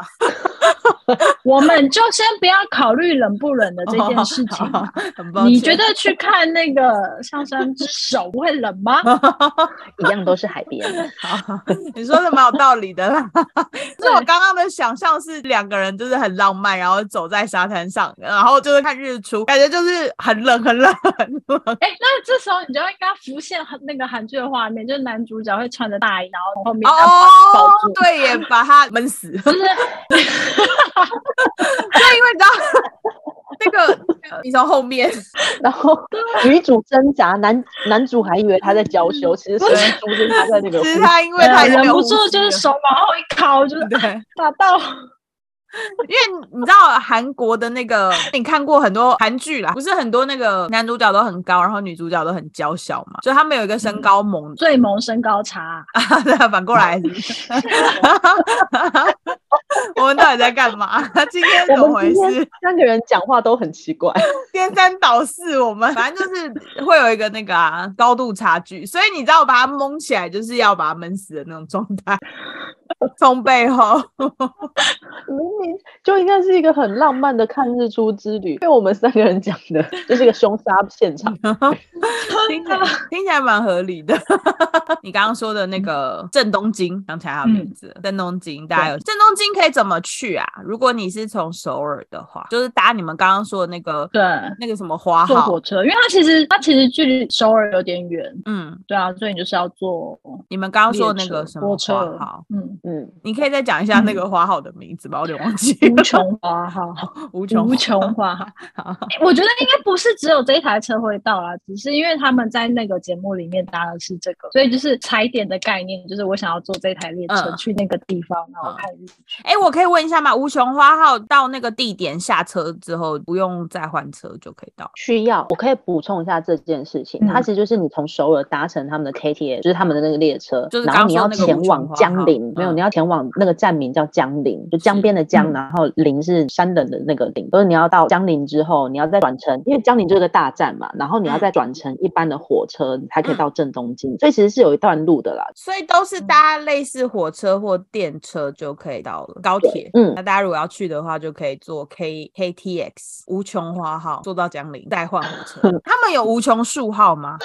Speaker 3: 我们就先不要考虑冷不冷的这件事
Speaker 1: *laughs* 哦
Speaker 3: 情 *laughs* 嘛。
Speaker 1: 很抱歉。
Speaker 3: 你觉得去看那个上山之手会冷吗？ *laughs*
Speaker 2: 一样都是海边。
Speaker 1: *laughs* 好，你说的蛮有道理的啦。是我刚刚的想象是两个人就是很浪漫，然后走在沙滩上，然后就是看日出，感觉就是很冷很冷很冷。
Speaker 3: 哎、那这时候你就应该浮现那个韩剧的画面，就是男主角会穿着大衣，然后后面他
Speaker 1: 哦
Speaker 3: 抱住，
Speaker 1: 对耶，把它闷
Speaker 3: *laughs*
Speaker 1: 死。对，因
Speaker 3: 就是
Speaker 1: 为你知道那个你从后面，
Speaker 2: 然后女主挣扎，男男主还以为他在娇羞，其实谁知猪是他在那个
Speaker 1: 其实他因为他
Speaker 3: 对啊
Speaker 1: 已经没
Speaker 3: 呃忍
Speaker 1: 有
Speaker 3: 不
Speaker 1: 呼吸
Speaker 3: 住就是
Speaker 1: 了
Speaker 3: 手往后一掏，就是
Speaker 1: 对。
Speaker 3: 打到。
Speaker 1: 因为你知道韩国的那个，你看过很多韩剧啦，不是很多那个男主角都很高，然后女主角都很娇小嘛，所以他们有一个身高萌，
Speaker 3: 最萌身高差，
Speaker 1: 对啊， *laughs* 反过来是不是。
Speaker 3: *laughs*
Speaker 1: 我们到底在干嘛？ *laughs* 今天怎
Speaker 2: 我
Speaker 1: 么
Speaker 2: 们
Speaker 1: 回
Speaker 2: 今
Speaker 1: 事
Speaker 2: 天？三个人讲话都很奇怪，
Speaker 1: 颠三倒四，我们反正就是会有一个那个啊高度差距，所以你知道把它蒙起来，就是要把它闷死的那种状态，从背后。
Speaker 2: 明明就应该是一个很浪漫的看日出之旅，被我们三个人讲的就是一个凶杀
Speaker 1: *laughs*
Speaker 2: 现场。
Speaker 1: 听起来听起来蛮合理的。 *laughs* 你刚刚说的那个正东京，想起来他的名
Speaker 3: 嗯
Speaker 1: 字了，正东京，大家有正东京可以怎么去啊？如果你是从首尔的话，就是搭你们刚刚说的那个
Speaker 3: 对，
Speaker 1: 那个什么花
Speaker 3: 坐
Speaker 1: 号
Speaker 3: 火，车，因为它其实它其实距离首尔有点远，
Speaker 1: 嗯，
Speaker 3: 对啊，所以你就是要坐
Speaker 1: 你们刚刚说的那
Speaker 3: 列
Speaker 1: 个
Speaker 3: 车
Speaker 1: 什么
Speaker 3: 火车
Speaker 1: 花号。 *laughs*
Speaker 3: 嗯
Speaker 2: 嗯，
Speaker 1: 你可以再讲一下那个花号的名字吧，我有点忘记
Speaker 3: 无
Speaker 1: 了。
Speaker 3: 穷花号。
Speaker 1: 无穷
Speaker 3: 无穷花
Speaker 1: *laughs* 好
Speaker 3: 我觉得应该不是只有这一台车会到啦，只是因为他们在那个节目里面搭的是这个，所以就是踩点的概念，就是我想要坐这台列车、
Speaker 1: 嗯
Speaker 3: 去那个地方，然后看日出。
Speaker 1: 哎、我可以问一下吗？无穷花号到那个地点下车之后，不用再换车就可以到。
Speaker 2: 需要，我可以补充一下这件事情，它
Speaker 3: 嗯
Speaker 2: 其实就是你从首尔搭乘他们的 KTA，就是他们的那个列车，
Speaker 1: 就是
Speaker 2: 然后
Speaker 1: 刚
Speaker 2: 你
Speaker 1: 说
Speaker 2: 要
Speaker 1: 那个
Speaker 2: 前
Speaker 1: 无
Speaker 2: 往
Speaker 1: 穷花号
Speaker 2: 江陵，没有，
Speaker 1: 嗯
Speaker 2: 你要前往那个站名叫江陵，就江边的江，
Speaker 3: 嗯
Speaker 2: 然后陵是山冷的那个陵，就是你要到江陵之后，你要再转乘，因为江陵就是个大站嘛，然后你要
Speaker 1: 嗯
Speaker 2: 再转乘一般的火车，你才可以到正东京，所以其实是有一段路的啦，
Speaker 1: 所以都是搭类似火车或电车就可以到了高铁。
Speaker 2: 嗯
Speaker 1: 那大家如果要去的话，就可以坐 K K T X 无穷花号坐到江陵，再换火车。他们有无穷数号吗？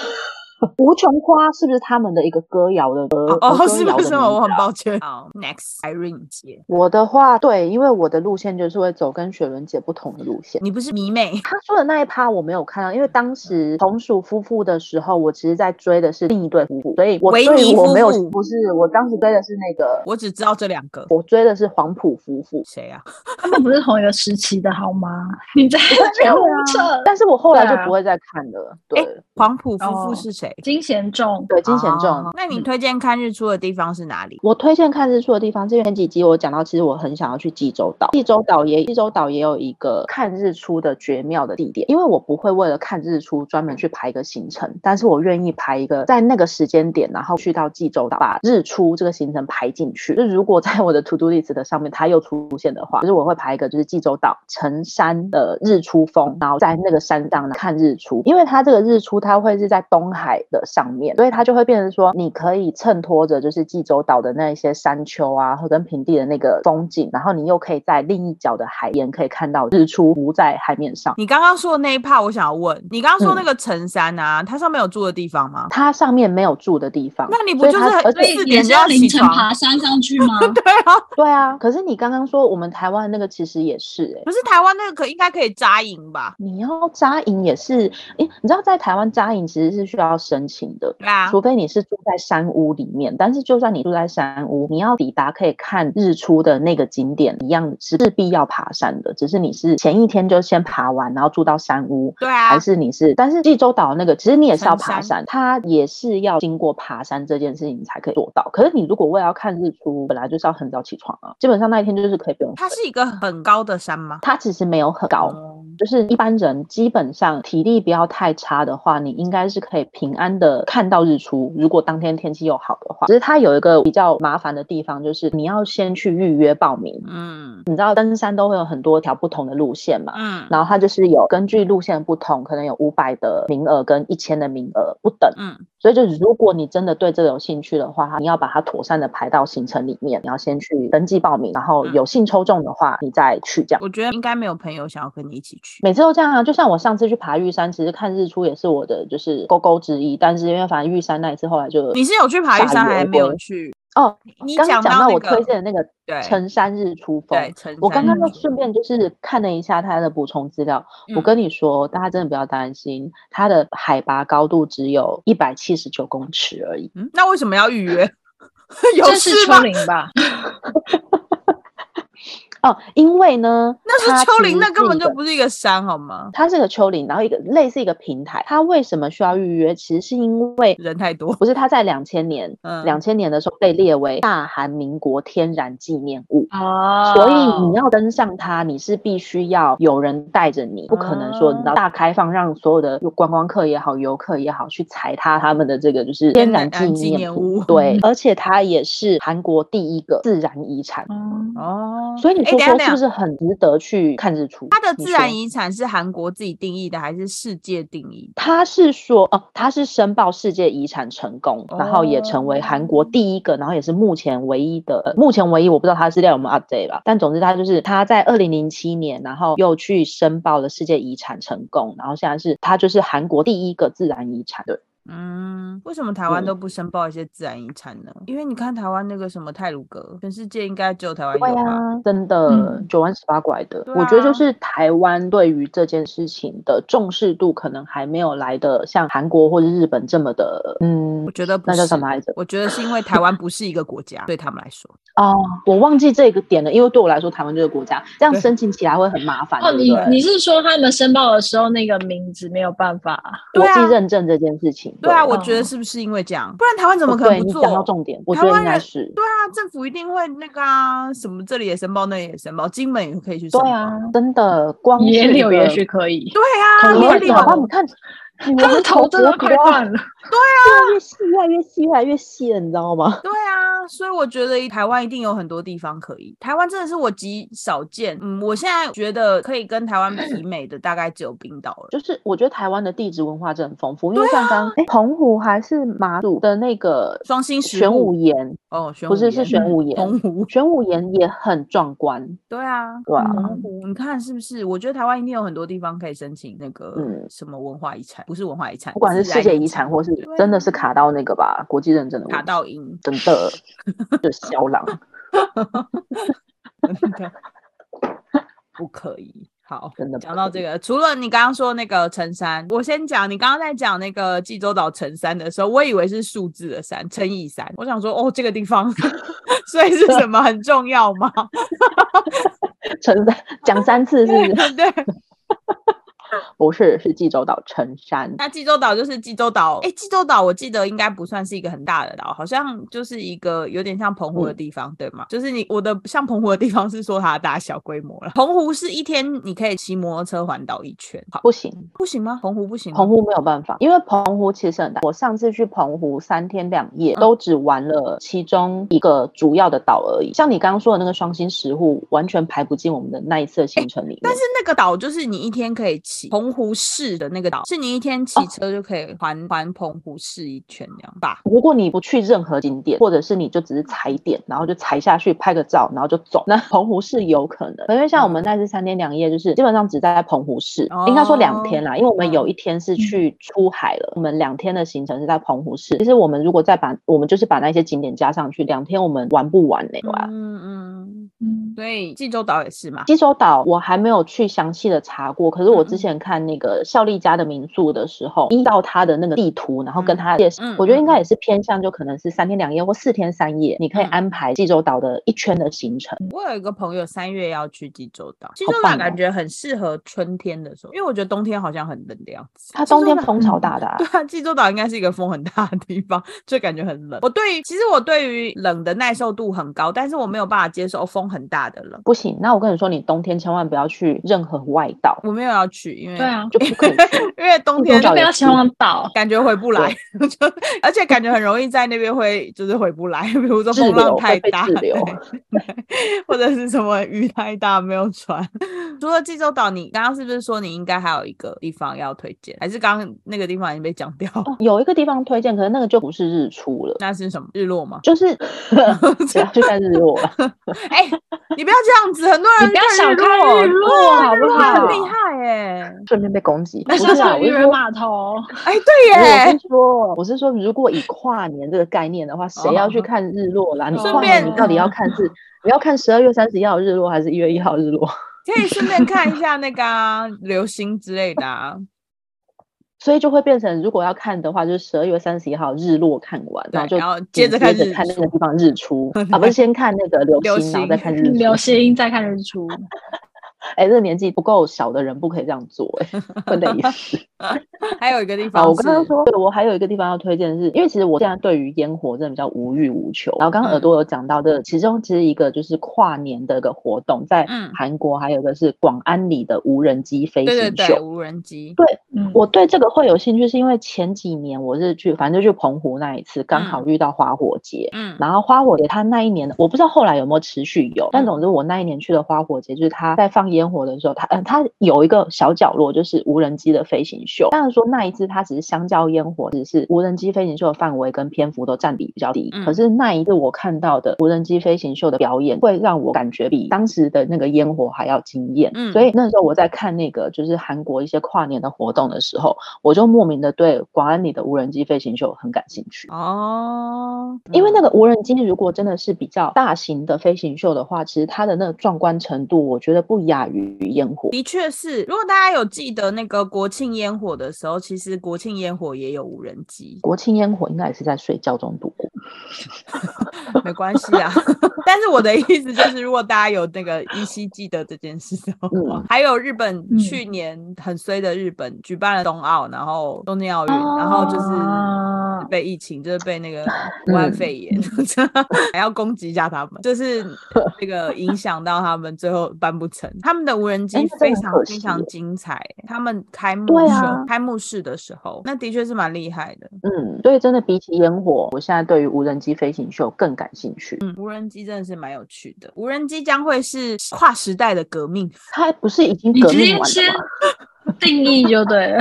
Speaker 2: 无穷花是不是他们的一个歌谣的歌？
Speaker 1: 哦，
Speaker 2: 歌
Speaker 1: 是
Speaker 2: 谣
Speaker 1: 不
Speaker 2: 的
Speaker 1: 是？
Speaker 2: 名字
Speaker 1: 我很抱歉。好，Next Irene 姐，
Speaker 2: 我的话，对，因为我的路线就是会走跟雪伦姐不同的路线。
Speaker 1: 你不是迷妹？
Speaker 2: 他说的那一趴我没有看到，因为当时同属夫妇的时候，我其实在追的是另一对夫妇，所以我
Speaker 1: 维尼夫
Speaker 2: 对
Speaker 1: 妇
Speaker 2: 我没有不是，我当时追的是那个，
Speaker 1: 我只知道这两个。
Speaker 2: 我追的是黄埔夫妇。
Speaker 1: 谁啊？
Speaker 3: 他们不是同一个时期的好吗？
Speaker 1: *laughs*
Speaker 3: 你在那
Speaker 1: 啊
Speaker 3: *laughs* 边胡扯。
Speaker 2: 但是我后来
Speaker 3: 对啊
Speaker 2: 就不会再看了。对、
Speaker 1: 诶黄埔夫妇
Speaker 3: 哦
Speaker 1: 是谁？
Speaker 3: 金贤重，
Speaker 2: 对，金贤重。
Speaker 1: 哦那你推荐看日出的地方是哪里？
Speaker 2: 我推荐看日出的地方，之前几集我讲到，其实我很想要去济州岛。济州岛也济州岛也有一个看日出的绝妙的地点，因为我不会为了看日出专门去排一个行程，但是我愿意排一个在那个时间点，然后去到济州岛，把日出这个行程排进去。就是如果在我的 to do list 的上面它又出现的话，就是我会排一个就是济州岛成山的日出峰，然后在那个山上看日出，因为它这个日出它会是在东海的上面，所以它就会变成说你可以衬托着就是济州岛的那一些山丘啊，或跟平地的那个风景，然后你又可以在另一角的海边可以看到日出浮在海面上。
Speaker 1: 你刚刚说的那一 part，我想要问，你刚刚
Speaker 2: 嗯
Speaker 1: 说那个陈山啊，它上面有住的地方吗？
Speaker 2: 它上面没有住的地方，
Speaker 1: 那你不
Speaker 2: 所以
Speaker 1: 就是
Speaker 2: 它
Speaker 1: 很啊
Speaker 2: 而
Speaker 3: 所以
Speaker 2: 且
Speaker 1: 四
Speaker 3: 你
Speaker 1: 点
Speaker 3: 是
Speaker 1: 就要
Speaker 3: 要凌
Speaker 1: 起
Speaker 3: 晨
Speaker 1: 床
Speaker 3: 爬山上去吗？
Speaker 1: *laughs* 对啊，
Speaker 2: 对啊，可是你刚刚说我们台湾那个其实也是、欸，
Speaker 1: 可是台湾那个可应该可以扎营吧？
Speaker 2: 你要扎营也是，诶，你知道在台湾扎营其实是需要申请的，
Speaker 1: 对啊，
Speaker 2: 除非你是住在山屋里面。但是就算你住在山屋，你要抵达可以看日出的那个景点，一样是势必要爬山的。只是你是前一天就先爬完，然后住到山屋，
Speaker 1: 对啊
Speaker 2: 还，是你是？但是济州岛那个，其实你也是要爬
Speaker 1: 登
Speaker 2: 山，它也是要经过爬山这件事情才可以做到。可是你如果为了要看日出，本来就是要很早起床啊，基本上那一天就是可以不用睡。
Speaker 1: 它是一个很高的山吗？
Speaker 2: 它其实没有很高，
Speaker 1: 哦
Speaker 2: 就是一般人基本上体力不要太差的话，你应该是可以平安的看到日出。如果当天天气又好的话，只是它有一个比较麻烦的地方，就是你要先去预约报名。
Speaker 1: 嗯
Speaker 2: 你知道登山都会有很多条不同的路线嘛？
Speaker 1: 嗯
Speaker 2: 然后它就是有根据路线不同，可能有五百的名额跟一千的名额不等。
Speaker 1: 嗯
Speaker 2: 所以，就如果你真的对这个有兴趣的话，你要把它妥善的排到行程里面，你要先去登记报名，然后
Speaker 1: 嗯
Speaker 2: 有幸抽中的话，你再去这样。
Speaker 1: 我觉得应该没有朋友想要跟你一起去。
Speaker 2: 每次都这样啊，就像我上次去爬玉山，其实看日出也是我的就是勾勾之一，但是因为反正玉山那一次后来就
Speaker 1: 你是有去爬玉山，
Speaker 2: 大于
Speaker 1: 还
Speaker 2: 我
Speaker 1: 没有去？
Speaker 2: 哦，
Speaker 1: 你
Speaker 2: 刚刚到
Speaker 1: 到
Speaker 2: 我
Speaker 1: 那
Speaker 2: 推
Speaker 1: 个
Speaker 2: 荐的那个
Speaker 1: 对
Speaker 2: 陈山日出峰，
Speaker 1: 对，成
Speaker 2: 我刚
Speaker 1: 山
Speaker 2: 刚就
Speaker 1: 路
Speaker 2: 顺便就是看了一下它的补充资料，我
Speaker 1: 嗯
Speaker 2: 跟你说，大家真的不要担心，它的海拔高度只有一百七十九公尺而已。
Speaker 1: 嗯，那为什么要预
Speaker 2: *laughs*
Speaker 1: 约？有
Speaker 3: 这
Speaker 1: 事
Speaker 3: 是
Speaker 1: 吗
Speaker 3: 丘？陵吧？
Speaker 2: 哦，因为呢，
Speaker 1: 那
Speaker 2: 它
Speaker 1: 是丘
Speaker 2: 其
Speaker 1: 陵，
Speaker 2: 实
Speaker 1: 那
Speaker 2: 是
Speaker 1: 根本
Speaker 2: 一
Speaker 1: 就
Speaker 2: 个
Speaker 1: 不是一个山，好吗？
Speaker 2: 它是个丘陵，然后一个类似一个平台。它为什么需要预约？其实是因为
Speaker 1: 人太多，
Speaker 2: 不是它在两千年，
Speaker 1: 嗯，
Speaker 2: 两千年的时候被列为大韩民国天然纪念物。
Speaker 3: 哦
Speaker 2: 所以你要登上它，你是必须要有人带着
Speaker 1: 哦
Speaker 2: 你，不可能说你知道大开放让所有的观光客也好、游客也好去踩踏他们的这个就是天然
Speaker 1: 天然纪
Speaker 2: 纪
Speaker 1: 念
Speaker 2: 念
Speaker 1: 物
Speaker 2: 物。对，而且它也是韩国第一个自然遗产，
Speaker 3: 哦
Speaker 1: 哦，
Speaker 2: 所以你
Speaker 1: 哎
Speaker 2: 就
Speaker 1: 等一下
Speaker 2: 说
Speaker 1: 等一
Speaker 2: 是不
Speaker 1: 下
Speaker 2: 是很值得去看日出？
Speaker 1: 它的
Speaker 2: 你
Speaker 1: 自然
Speaker 2: 说
Speaker 1: 遗产是韩国自己定义的，还是世界定义的？
Speaker 2: 他是说，哦、他是申报世界遗产成功，然后也成为韩国
Speaker 1: 哦
Speaker 2: 第一个，然后也是目前唯一的，呃目前唯一，我不知道他资料有没有 update 啦，但总之他就是他在二零零七年，然后又去申报了世界遗产成功，然后现在是他就是韩国第一个自然遗产，对，
Speaker 1: 嗯，为什么台湾
Speaker 2: 嗯
Speaker 1: 都不申报一些自然遗产呢？因为你看台湾那个什么泰鲁阁，全世界应该只有台湾有吧？
Speaker 2: 啊，真的
Speaker 3: 嗯
Speaker 2: 九弯十八拐的，
Speaker 1: 对
Speaker 2: 我觉得
Speaker 1: 啊
Speaker 2: 就是台湾对于这件事情的重视度可能还没有来的像韩国或者日本这么的，嗯
Speaker 1: 我，觉得不
Speaker 2: 那
Speaker 1: 是，
Speaker 2: 叫什么来着？
Speaker 1: 我觉得是因为台湾不是一个国家，对他们来说，
Speaker 2: 哦，我忘记这个点了，因为对我来说，台湾这个国家这样申请起来会很麻烦。对
Speaker 3: 哦，
Speaker 2: 不
Speaker 3: 你
Speaker 2: 对
Speaker 3: 你是说他们申报的时候那个名字没有办法？
Speaker 1: 对
Speaker 2: 国际
Speaker 1: 啊
Speaker 2: 认证这件事情，
Speaker 1: 对啊，我
Speaker 3: 哦
Speaker 1: 觉得是不是因为这样？不然台湾怎么
Speaker 2: 嗯哦
Speaker 1: 可
Speaker 2: 对
Speaker 1: 能不
Speaker 2: 你
Speaker 1: 做？
Speaker 2: 讲到重点，我觉
Speaker 1: 台
Speaker 2: 得
Speaker 1: 湾
Speaker 2: 应该
Speaker 1: 人
Speaker 2: 是
Speaker 1: 对啊，政府一定会那个啊，什么这里也申报，那里也申报，金门也可以去申
Speaker 2: 对
Speaker 1: 报。
Speaker 2: 啊，真的光
Speaker 3: 野
Speaker 2: 是一
Speaker 3: 柳也
Speaker 2: 个
Speaker 3: 许可以，
Speaker 1: 对啊，
Speaker 2: 可
Speaker 3: 很
Speaker 2: 能
Speaker 1: 野
Speaker 3: 会
Speaker 2: 会
Speaker 1: 柳
Speaker 2: 你好吧？你看，
Speaker 3: 他们头真的快
Speaker 2: 断
Speaker 3: 断了。
Speaker 2: 越来越细，越来越细，越来越细了，你知道吗？
Speaker 1: 对啊，所以我觉得台湾一定有很多地方可以。台湾真的是我极少见，嗯，我现在觉得可以跟台湾
Speaker 2: *clears throat*
Speaker 1: 媲美的大概只有冰岛了。
Speaker 2: 就是我觉得台湾的地质文化真的很丰富，因
Speaker 1: 啊
Speaker 2: 为像刚哎、澎湖还是马祖的那个
Speaker 1: 双星石
Speaker 2: 玄
Speaker 1: 木
Speaker 2: 武岩，
Speaker 1: 哦，玄
Speaker 2: 不是
Speaker 1: 武
Speaker 2: 是
Speaker 1: 岩
Speaker 2: 玄武岩
Speaker 1: 澎，湖，
Speaker 2: 玄武岩也很壮观，
Speaker 1: 对啊，
Speaker 2: 对啊，
Speaker 1: 澎
Speaker 3: 嗯
Speaker 1: 湖，你看是不是？我觉得台湾一定有很多地方可以申请那个
Speaker 2: 嗯
Speaker 1: 什么文化遗产，不是文化遗产，
Speaker 2: 不管是
Speaker 1: 自
Speaker 2: 世
Speaker 1: 然
Speaker 2: 界遗产或是
Speaker 1: 对
Speaker 2: 真的是
Speaker 1: 啊
Speaker 2: 卡到那个吧，国际认证的
Speaker 1: 卡
Speaker 2: 问题
Speaker 1: 到音，
Speaker 2: 真
Speaker 1: *laughs*
Speaker 2: 的就小狼，
Speaker 1: 真的不可以。好，
Speaker 2: 真的不
Speaker 1: 讲到
Speaker 2: 可
Speaker 1: 这
Speaker 2: 以
Speaker 1: 个，除了你刚刚说那个陈山，我先讲，你刚刚在讲那个济州岛陈山的时候，我以为是数字的山，称义山，我想说哦，这个地方， *laughs* 所以是什么很重要吗？
Speaker 2: 陈山讲三
Speaker 1: *laughs*
Speaker 2: 次是不 *laughs* 是
Speaker 1: 对，
Speaker 2: 不是是济州岛陈山，
Speaker 1: 那济州岛就是济州岛，哎，济州岛我记得应该不算是一个很大的岛，好像就是一个有点像澎
Speaker 2: 嗯
Speaker 1: 湖的地方，对吗？就是你我的像澎湖的地方是说它的大小规模了。澎湖是一天你可以骑摩托车环岛一圈，好
Speaker 2: 不行，
Speaker 1: 不行吗？澎湖不行吗，
Speaker 2: 澎湖没有办法，因为澎湖其实很大。我上次去澎湖三天两夜，
Speaker 1: 嗯
Speaker 2: 都只玩了其中一个主要的岛而已。像你刚刚说的那个双星石户，完全排不进我们的那一次的行程里面
Speaker 1: 但。是那个岛就是你一天可以骑澎湖市的那个岛，是你一天骑
Speaker 2: 哦
Speaker 1: 车就可以环环澎湖市一圈这样吧？
Speaker 2: 如果你不去任何景点，或者是你就只是踩点，然后就踩下去拍个照，然后就走，那澎湖市有可能。因为像我们那次三天两夜，就是基本上只在澎湖市，
Speaker 1: 哦
Speaker 2: 应该说两天啦，因为我们
Speaker 1: 嗯
Speaker 2: 有一天是去出海了，我们两天的行程是在澎湖市。其实我们如果再把我们就是把那些景点加上去，两天我们玩不完呢、欸，哇！
Speaker 1: 嗯嗯，
Speaker 3: 嗯，
Speaker 1: 所以济州岛也是嘛？
Speaker 2: 济州岛我还没有去详细的查过，可是我
Speaker 1: 嗯嗯
Speaker 2: 之前看那个孝利家的民宿的时候，依照它的那个地图，然后跟
Speaker 1: 嗯
Speaker 2: 它介绍，
Speaker 1: 嗯
Speaker 2: 我觉得
Speaker 1: 嗯
Speaker 2: 应该也是偏向就可能是三天两夜或四天三夜，你可以
Speaker 1: 嗯
Speaker 2: 安排济州岛的一圈的行程。
Speaker 1: 我有一个朋友三月要去济州岛，济
Speaker 2: 好
Speaker 1: 州岛
Speaker 2: 棒
Speaker 1: 感
Speaker 2: 哦
Speaker 1: 觉很适合春天的时候，因为我觉得冬天好像很冷的样子。
Speaker 2: 它
Speaker 1: 济州
Speaker 2: 冬天
Speaker 1: 岛
Speaker 2: 风超大的、啊
Speaker 1: *laughs* 对，啊，济州岛应该是一个风很大的地方，就感觉很冷。我对于其实我对于冷的耐受度很高，但是我没有办法接受风很大大的冷。
Speaker 2: 不行，那我跟你说，你冬天千万不要去任何外岛，
Speaker 1: 我没有要去，因为
Speaker 3: 对啊，
Speaker 2: 就不
Speaker 1: *laughs*
Speaker 2: 可以去。
Speaker 1: 因为冬天
Speaker 2: 多少
Speaker 3: 不
Speaker 2: 也
Speaker 3: 要前往岛，
Speaker 1: 感觉回不来， *laughs* 就而且感觉很容易在那边会就是回不来，比如说
Speaker 2: 滞
Speaker 1: 风浪
Speaker 2: 留
Speaker 1: 太
Speaker 2: 会被
Speaker 1: 大，
Speaker 2: 滞留
Speaker 1: 对，对或者是什么雨太大没有船。 *laughs* 除了济州岛，你刚刚是不是说你应该还有一个地方要推荐？还是刚刚那个地方已经被讲掉？
Speaker 2: 哦有一个地方推荐，可是那个就不是日出了，
Speaker 1: 那是什么日落吗？
Speaker 2: 就是 *laughs*
Speaker 1: *laughs*
Speaker 2: 不要去看日落了。 *laughs*
Speaker 1: 哎、你不要这样子，很多人
Speaker 3: 你不要
Speaker 1: 看
Speaker 3: 小看日落
Speaker 1: 对啊
Speaker 2: 好不
Speaker 1: 日落很
Speaker 2: 好
Speaker 1: 厉害哎、
Speaker 2: *laughs* 顺便被攻击。不
Speaker 3: *laughs* 那像
Speaker 2: 是啊，
Speaker 3: 是
Speaker 2: 我
Speaker 3: 渔
Speaker 2: 是
Speaker 3: 人
Speaker 2: 说。
Speaker 3: 码头，
Speaker 1: 哎、对哦
Speaker 2: 我
Speaker 1: 耶
Speaker 2: 是。说，我是说，如果以跨年这个概念的话，谁要去看日落啦？你
Speaker 3: 顺
Speaker 2: 跨年
Speaker 1: 便
Speaker 2: 你到底要看
Speaker 1: *laughs*
Speaker 2: 是你要看十二月三十一号日落，还是一月一号日落？ *laughs*
Speaker 1: 可以顺便看一下那个、啊、流星之类的啊，
Speaker 2: 所以就会变成，如果要看的话，就是十二月三十一号日落看完，
Speaker 1: 对
Speaker 2: 然后就
Speaker 1: 然后接着
Speaker 2: 紧
Speaker 1: 看日
Speaker 2: 接着看那个地方日
Speaker 1: *laughs*
Speaker 2: 出啊，不是先看那个流
Speaker 1: 流
Speaker 2: 星，然后
Speaker 1: 星
Speaker 2: 再看日
Speaker 3: 流
Speaker 2: 出。
Speaker 3: 星再看日出，
Speaker 2: 哎，这个年纪不够小的人不可以这样做，哎，会累死。
Speaker 1: 还有一个地方
Speaker 2: 啊，
Speaker 1: 是，
Speaker 2: 我刚刚说，对我还有一个地方要推荐是，因为其实我现在对于烟火真的比较无欲无求。然后刚
Speaker 1: 嗯
Speaker 2: 刚耳朵有讲到的，其中其实一个就是跨年的一个活动，在
Speaker 1: 嗯
Speaker 2: 韩国还有一个是广安里的无人机飞
Speaker 1: 对对
Speaker 2: 行
Speaker 1: 对，
Speaker 2: 秀。
Speaker 1: 无人机，
Speaker 3: 嗯，
Speaker 2: 我对这个会有兴趣，是因为前几年我是去，反正就去澎湖那一次，刚好遇到花火节。
Speaker 1: 嗯，
Speaker 2: 然后花火节，它那一年我不知道后来有没有持续有，但总之我那一年去的花火节，就是它在放烟火的时候，它嗯、它有一个小角落就是无人机的飞行秀。当然说那一次它只是相较烟火，只是无人机飞行秀的范围跟篇幅都占比比较低。
Speaker 1: 嗯
Speaker 2: 可是那一次我看到的无人机飞行秀的表演，会让我感觉比当时的那个烟火还要惊艳。
Speaker 1: 嗯
Speaker 2: 所以那时候我在看那个就是韩国一些跨年的活动的时候，我就莫名的对广安里的无人机飞行秀很感兴趣。
Speaker 1: 哦，
Speaker 2: 因为那
Speaker 1: 个
Speaker 2: 个无人机如果真的是比较大型的飞行秀的话，其实它的那个壮观程度，我觉得不亚于烟火。，
Speaker 1: 的确是，如果大家有记得那个国庆烟火的时候，其实国庆烟火也有无人机
Speaker 2: 国庆烟火应该也是在睡觉中度过。
Speaker 1: 没关系
Speaker 2: *laughs*
Speaker 1: 啊。 *laughs* 但是我的意思就是，如果大家有那个依稀记得这件事的话，
Speaker 2: 嗯
Speaker 1: 还有日本、
Speaker 3: 嗯
Speaker 1: 去年很衰的日本举办了冬奥，然后东京奥运，然后就是。
Speaker 3: 啊
Speaker 1: 被疫情，就是被
Speaker 2: *laughs*
Speaker 1: 那个武
Speaker 2: 嗯
Speaker 1: 汉肺炎，还要攻击一下他们，就是
Speaker 2: *laughs*
Speaker 1: 那个影响到他们最后办不成。他们的无人机
Speaker 2: 哎那真的
Speaker 1: 非
Speaker 2: 很
Speaker 1: 常
Speaker 2: 可
Speaker 1: 非
Speaker 2: 惜
Speaker 1: 常
Speaker 2: 耶
Speaker 1: 精彩，他们开幕
Speaker 2: 对
Speaker 1: 秀、
Speaker 2: 啊
Speaker 1: 开幕式的时候，那的确是蛮厉害的。
Speaker 2: 嗯，所以真的比起烟火，我现在对于无人机飞行秀更感兴趣。
Speaker 1: 嗯，无人机真的是蛮有趣的，无人机将会是跨时代的革命， *laughs*
Speaker 2: 它不是已经
Speaker 3: 你
Speaker 2: 革
Speaker 3: 直
Speaker 2: 命
Speaker 3: 接
Speaker 2: 完
Speaker 3: 先
Speaker 2: 了吗？
Speaker 3: *laughs* 定义就对了，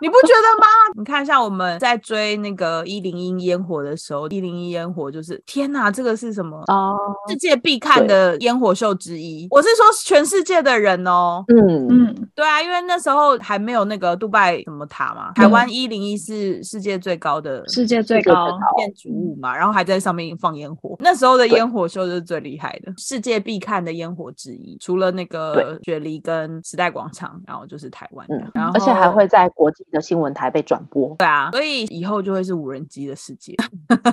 Speaker 1: 你不觉得吗？你看，像我们在追那个一零一烟火的时候，一零一烟火就是天哪，这个是什么？
Speaker 2: 哦，
Speaker 1: 世界必看
Speaker 2: 对
Speaker 1: 的烟火秀之一，我是说全世界的人哦，
Speaker 2: 嗯，
Speaker 3: 嗯，
Speaker 1: 对啊，因为那时候还没有那个杜拜什么塔嘛，台
Speaker 2: 嗯
Speaker 1: 湾一零一是世界最高的
Speaker 3: 世界最
Speaker 2: *laughs* 世界最
Speaker 3: 高，
Speaker 1: 建筑物嘛，然后还在上面放烟火。那时候的
Speaker 2: 对
Speaker 1: 烟火秀就是最厉害的，世界必看的烟火之一，除了那个
Speaker 2: 对
Speaker 1: 雪梨跟时代广场，然后就是台湾的，
Speaker 2: 嗯
Speaker 1: 然后
Speaker 2: 而且还会在国际的新闻台被转播，
Speaker 1: 对啊，所以以后就会是无人机的世界。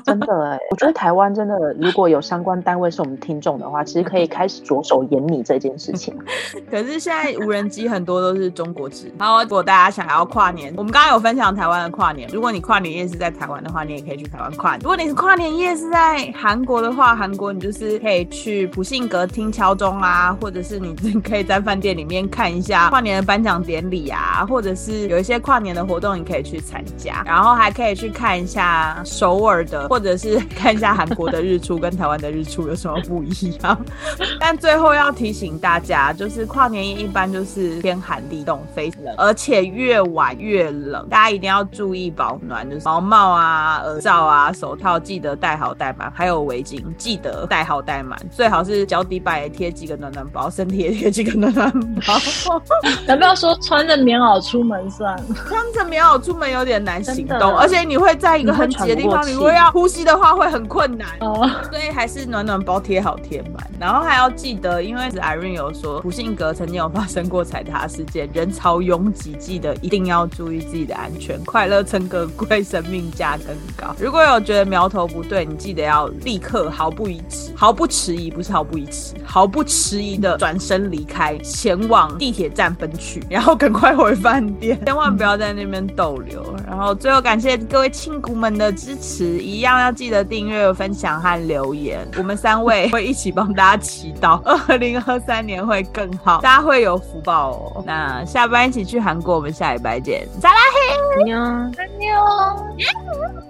Speaker 2: 真的哎、我觉得台湾真的如果有相关单位是我们听众的话，其实可以开始着手研拟这件事情。
Speaker 1: *laughs* 可是现在无人机很多都是中国制。然后如果大家想要跨年，我们刚刚有分享台湾的跨年。如果你跨年夜是在台湾的话，你也可以去台湾跨年；如果你是跨年夜是在韩国的话，韩国你就是可以去普信阁听敲钟啊，或者是你可以在饭店里面看一下跨年的颁奖典礼啊，或者是有一些跨年的活动你可以去参加，然后还可以去看一下首尔的，或者是看一下韩国的日出跟台湾的日出有什么不一样。 *laughs* 但最后要提醒大家，就是跨年夜一般就是天寒地冻，非冷，而且越晚越冷，大家一定要注意保暖，就是毛帽啊、耳罩啊、手套记得戴好戴满，还有围巾记得戴好戴满，最好是脚底板也贴几个暖暖包，身体也贴几个暖暖包。
Speaker 3: 要不要说穿着棉袄出门算了？
Speaker 1: 穿着棉袄出门有点难行
Speaker 3: 真的
Speaker 1: 动，而且你会在一个很挤的地方，
Speaker 2: 你会喘不过气
Speaker 1: 你如果要呼吸的话会很困难。
Speaker 3: 哦，
Speaker 1: 所以还是暖暖包贴好贴满，然后还要记得，因为 Irene 有说普信阁曾经有发生过踩踏事件，人潮拥挤，记得一定要注意自己的安全。快乐诚可贵，生命价更高。如果有觉得苗头不对，你记得要立刻毫不疑迟，毫不迟疑，不是毫不疑迟，毫不迟疑的转身离开，前往地铁站奔去，然后赶快回饭店， *laughs* 千万不要在那边逗留。然后最后感谢各位亲骨们的支持，一样要记得订阅、分享和留 *laughs* 言。我们三位会一起帮大家祈祷，二零二三年会更好，大家会有福报哦。那下班一起去韩国，我们下礼拜见，再来。
Speaker 4: 喵。
Speaker 3: 安妞。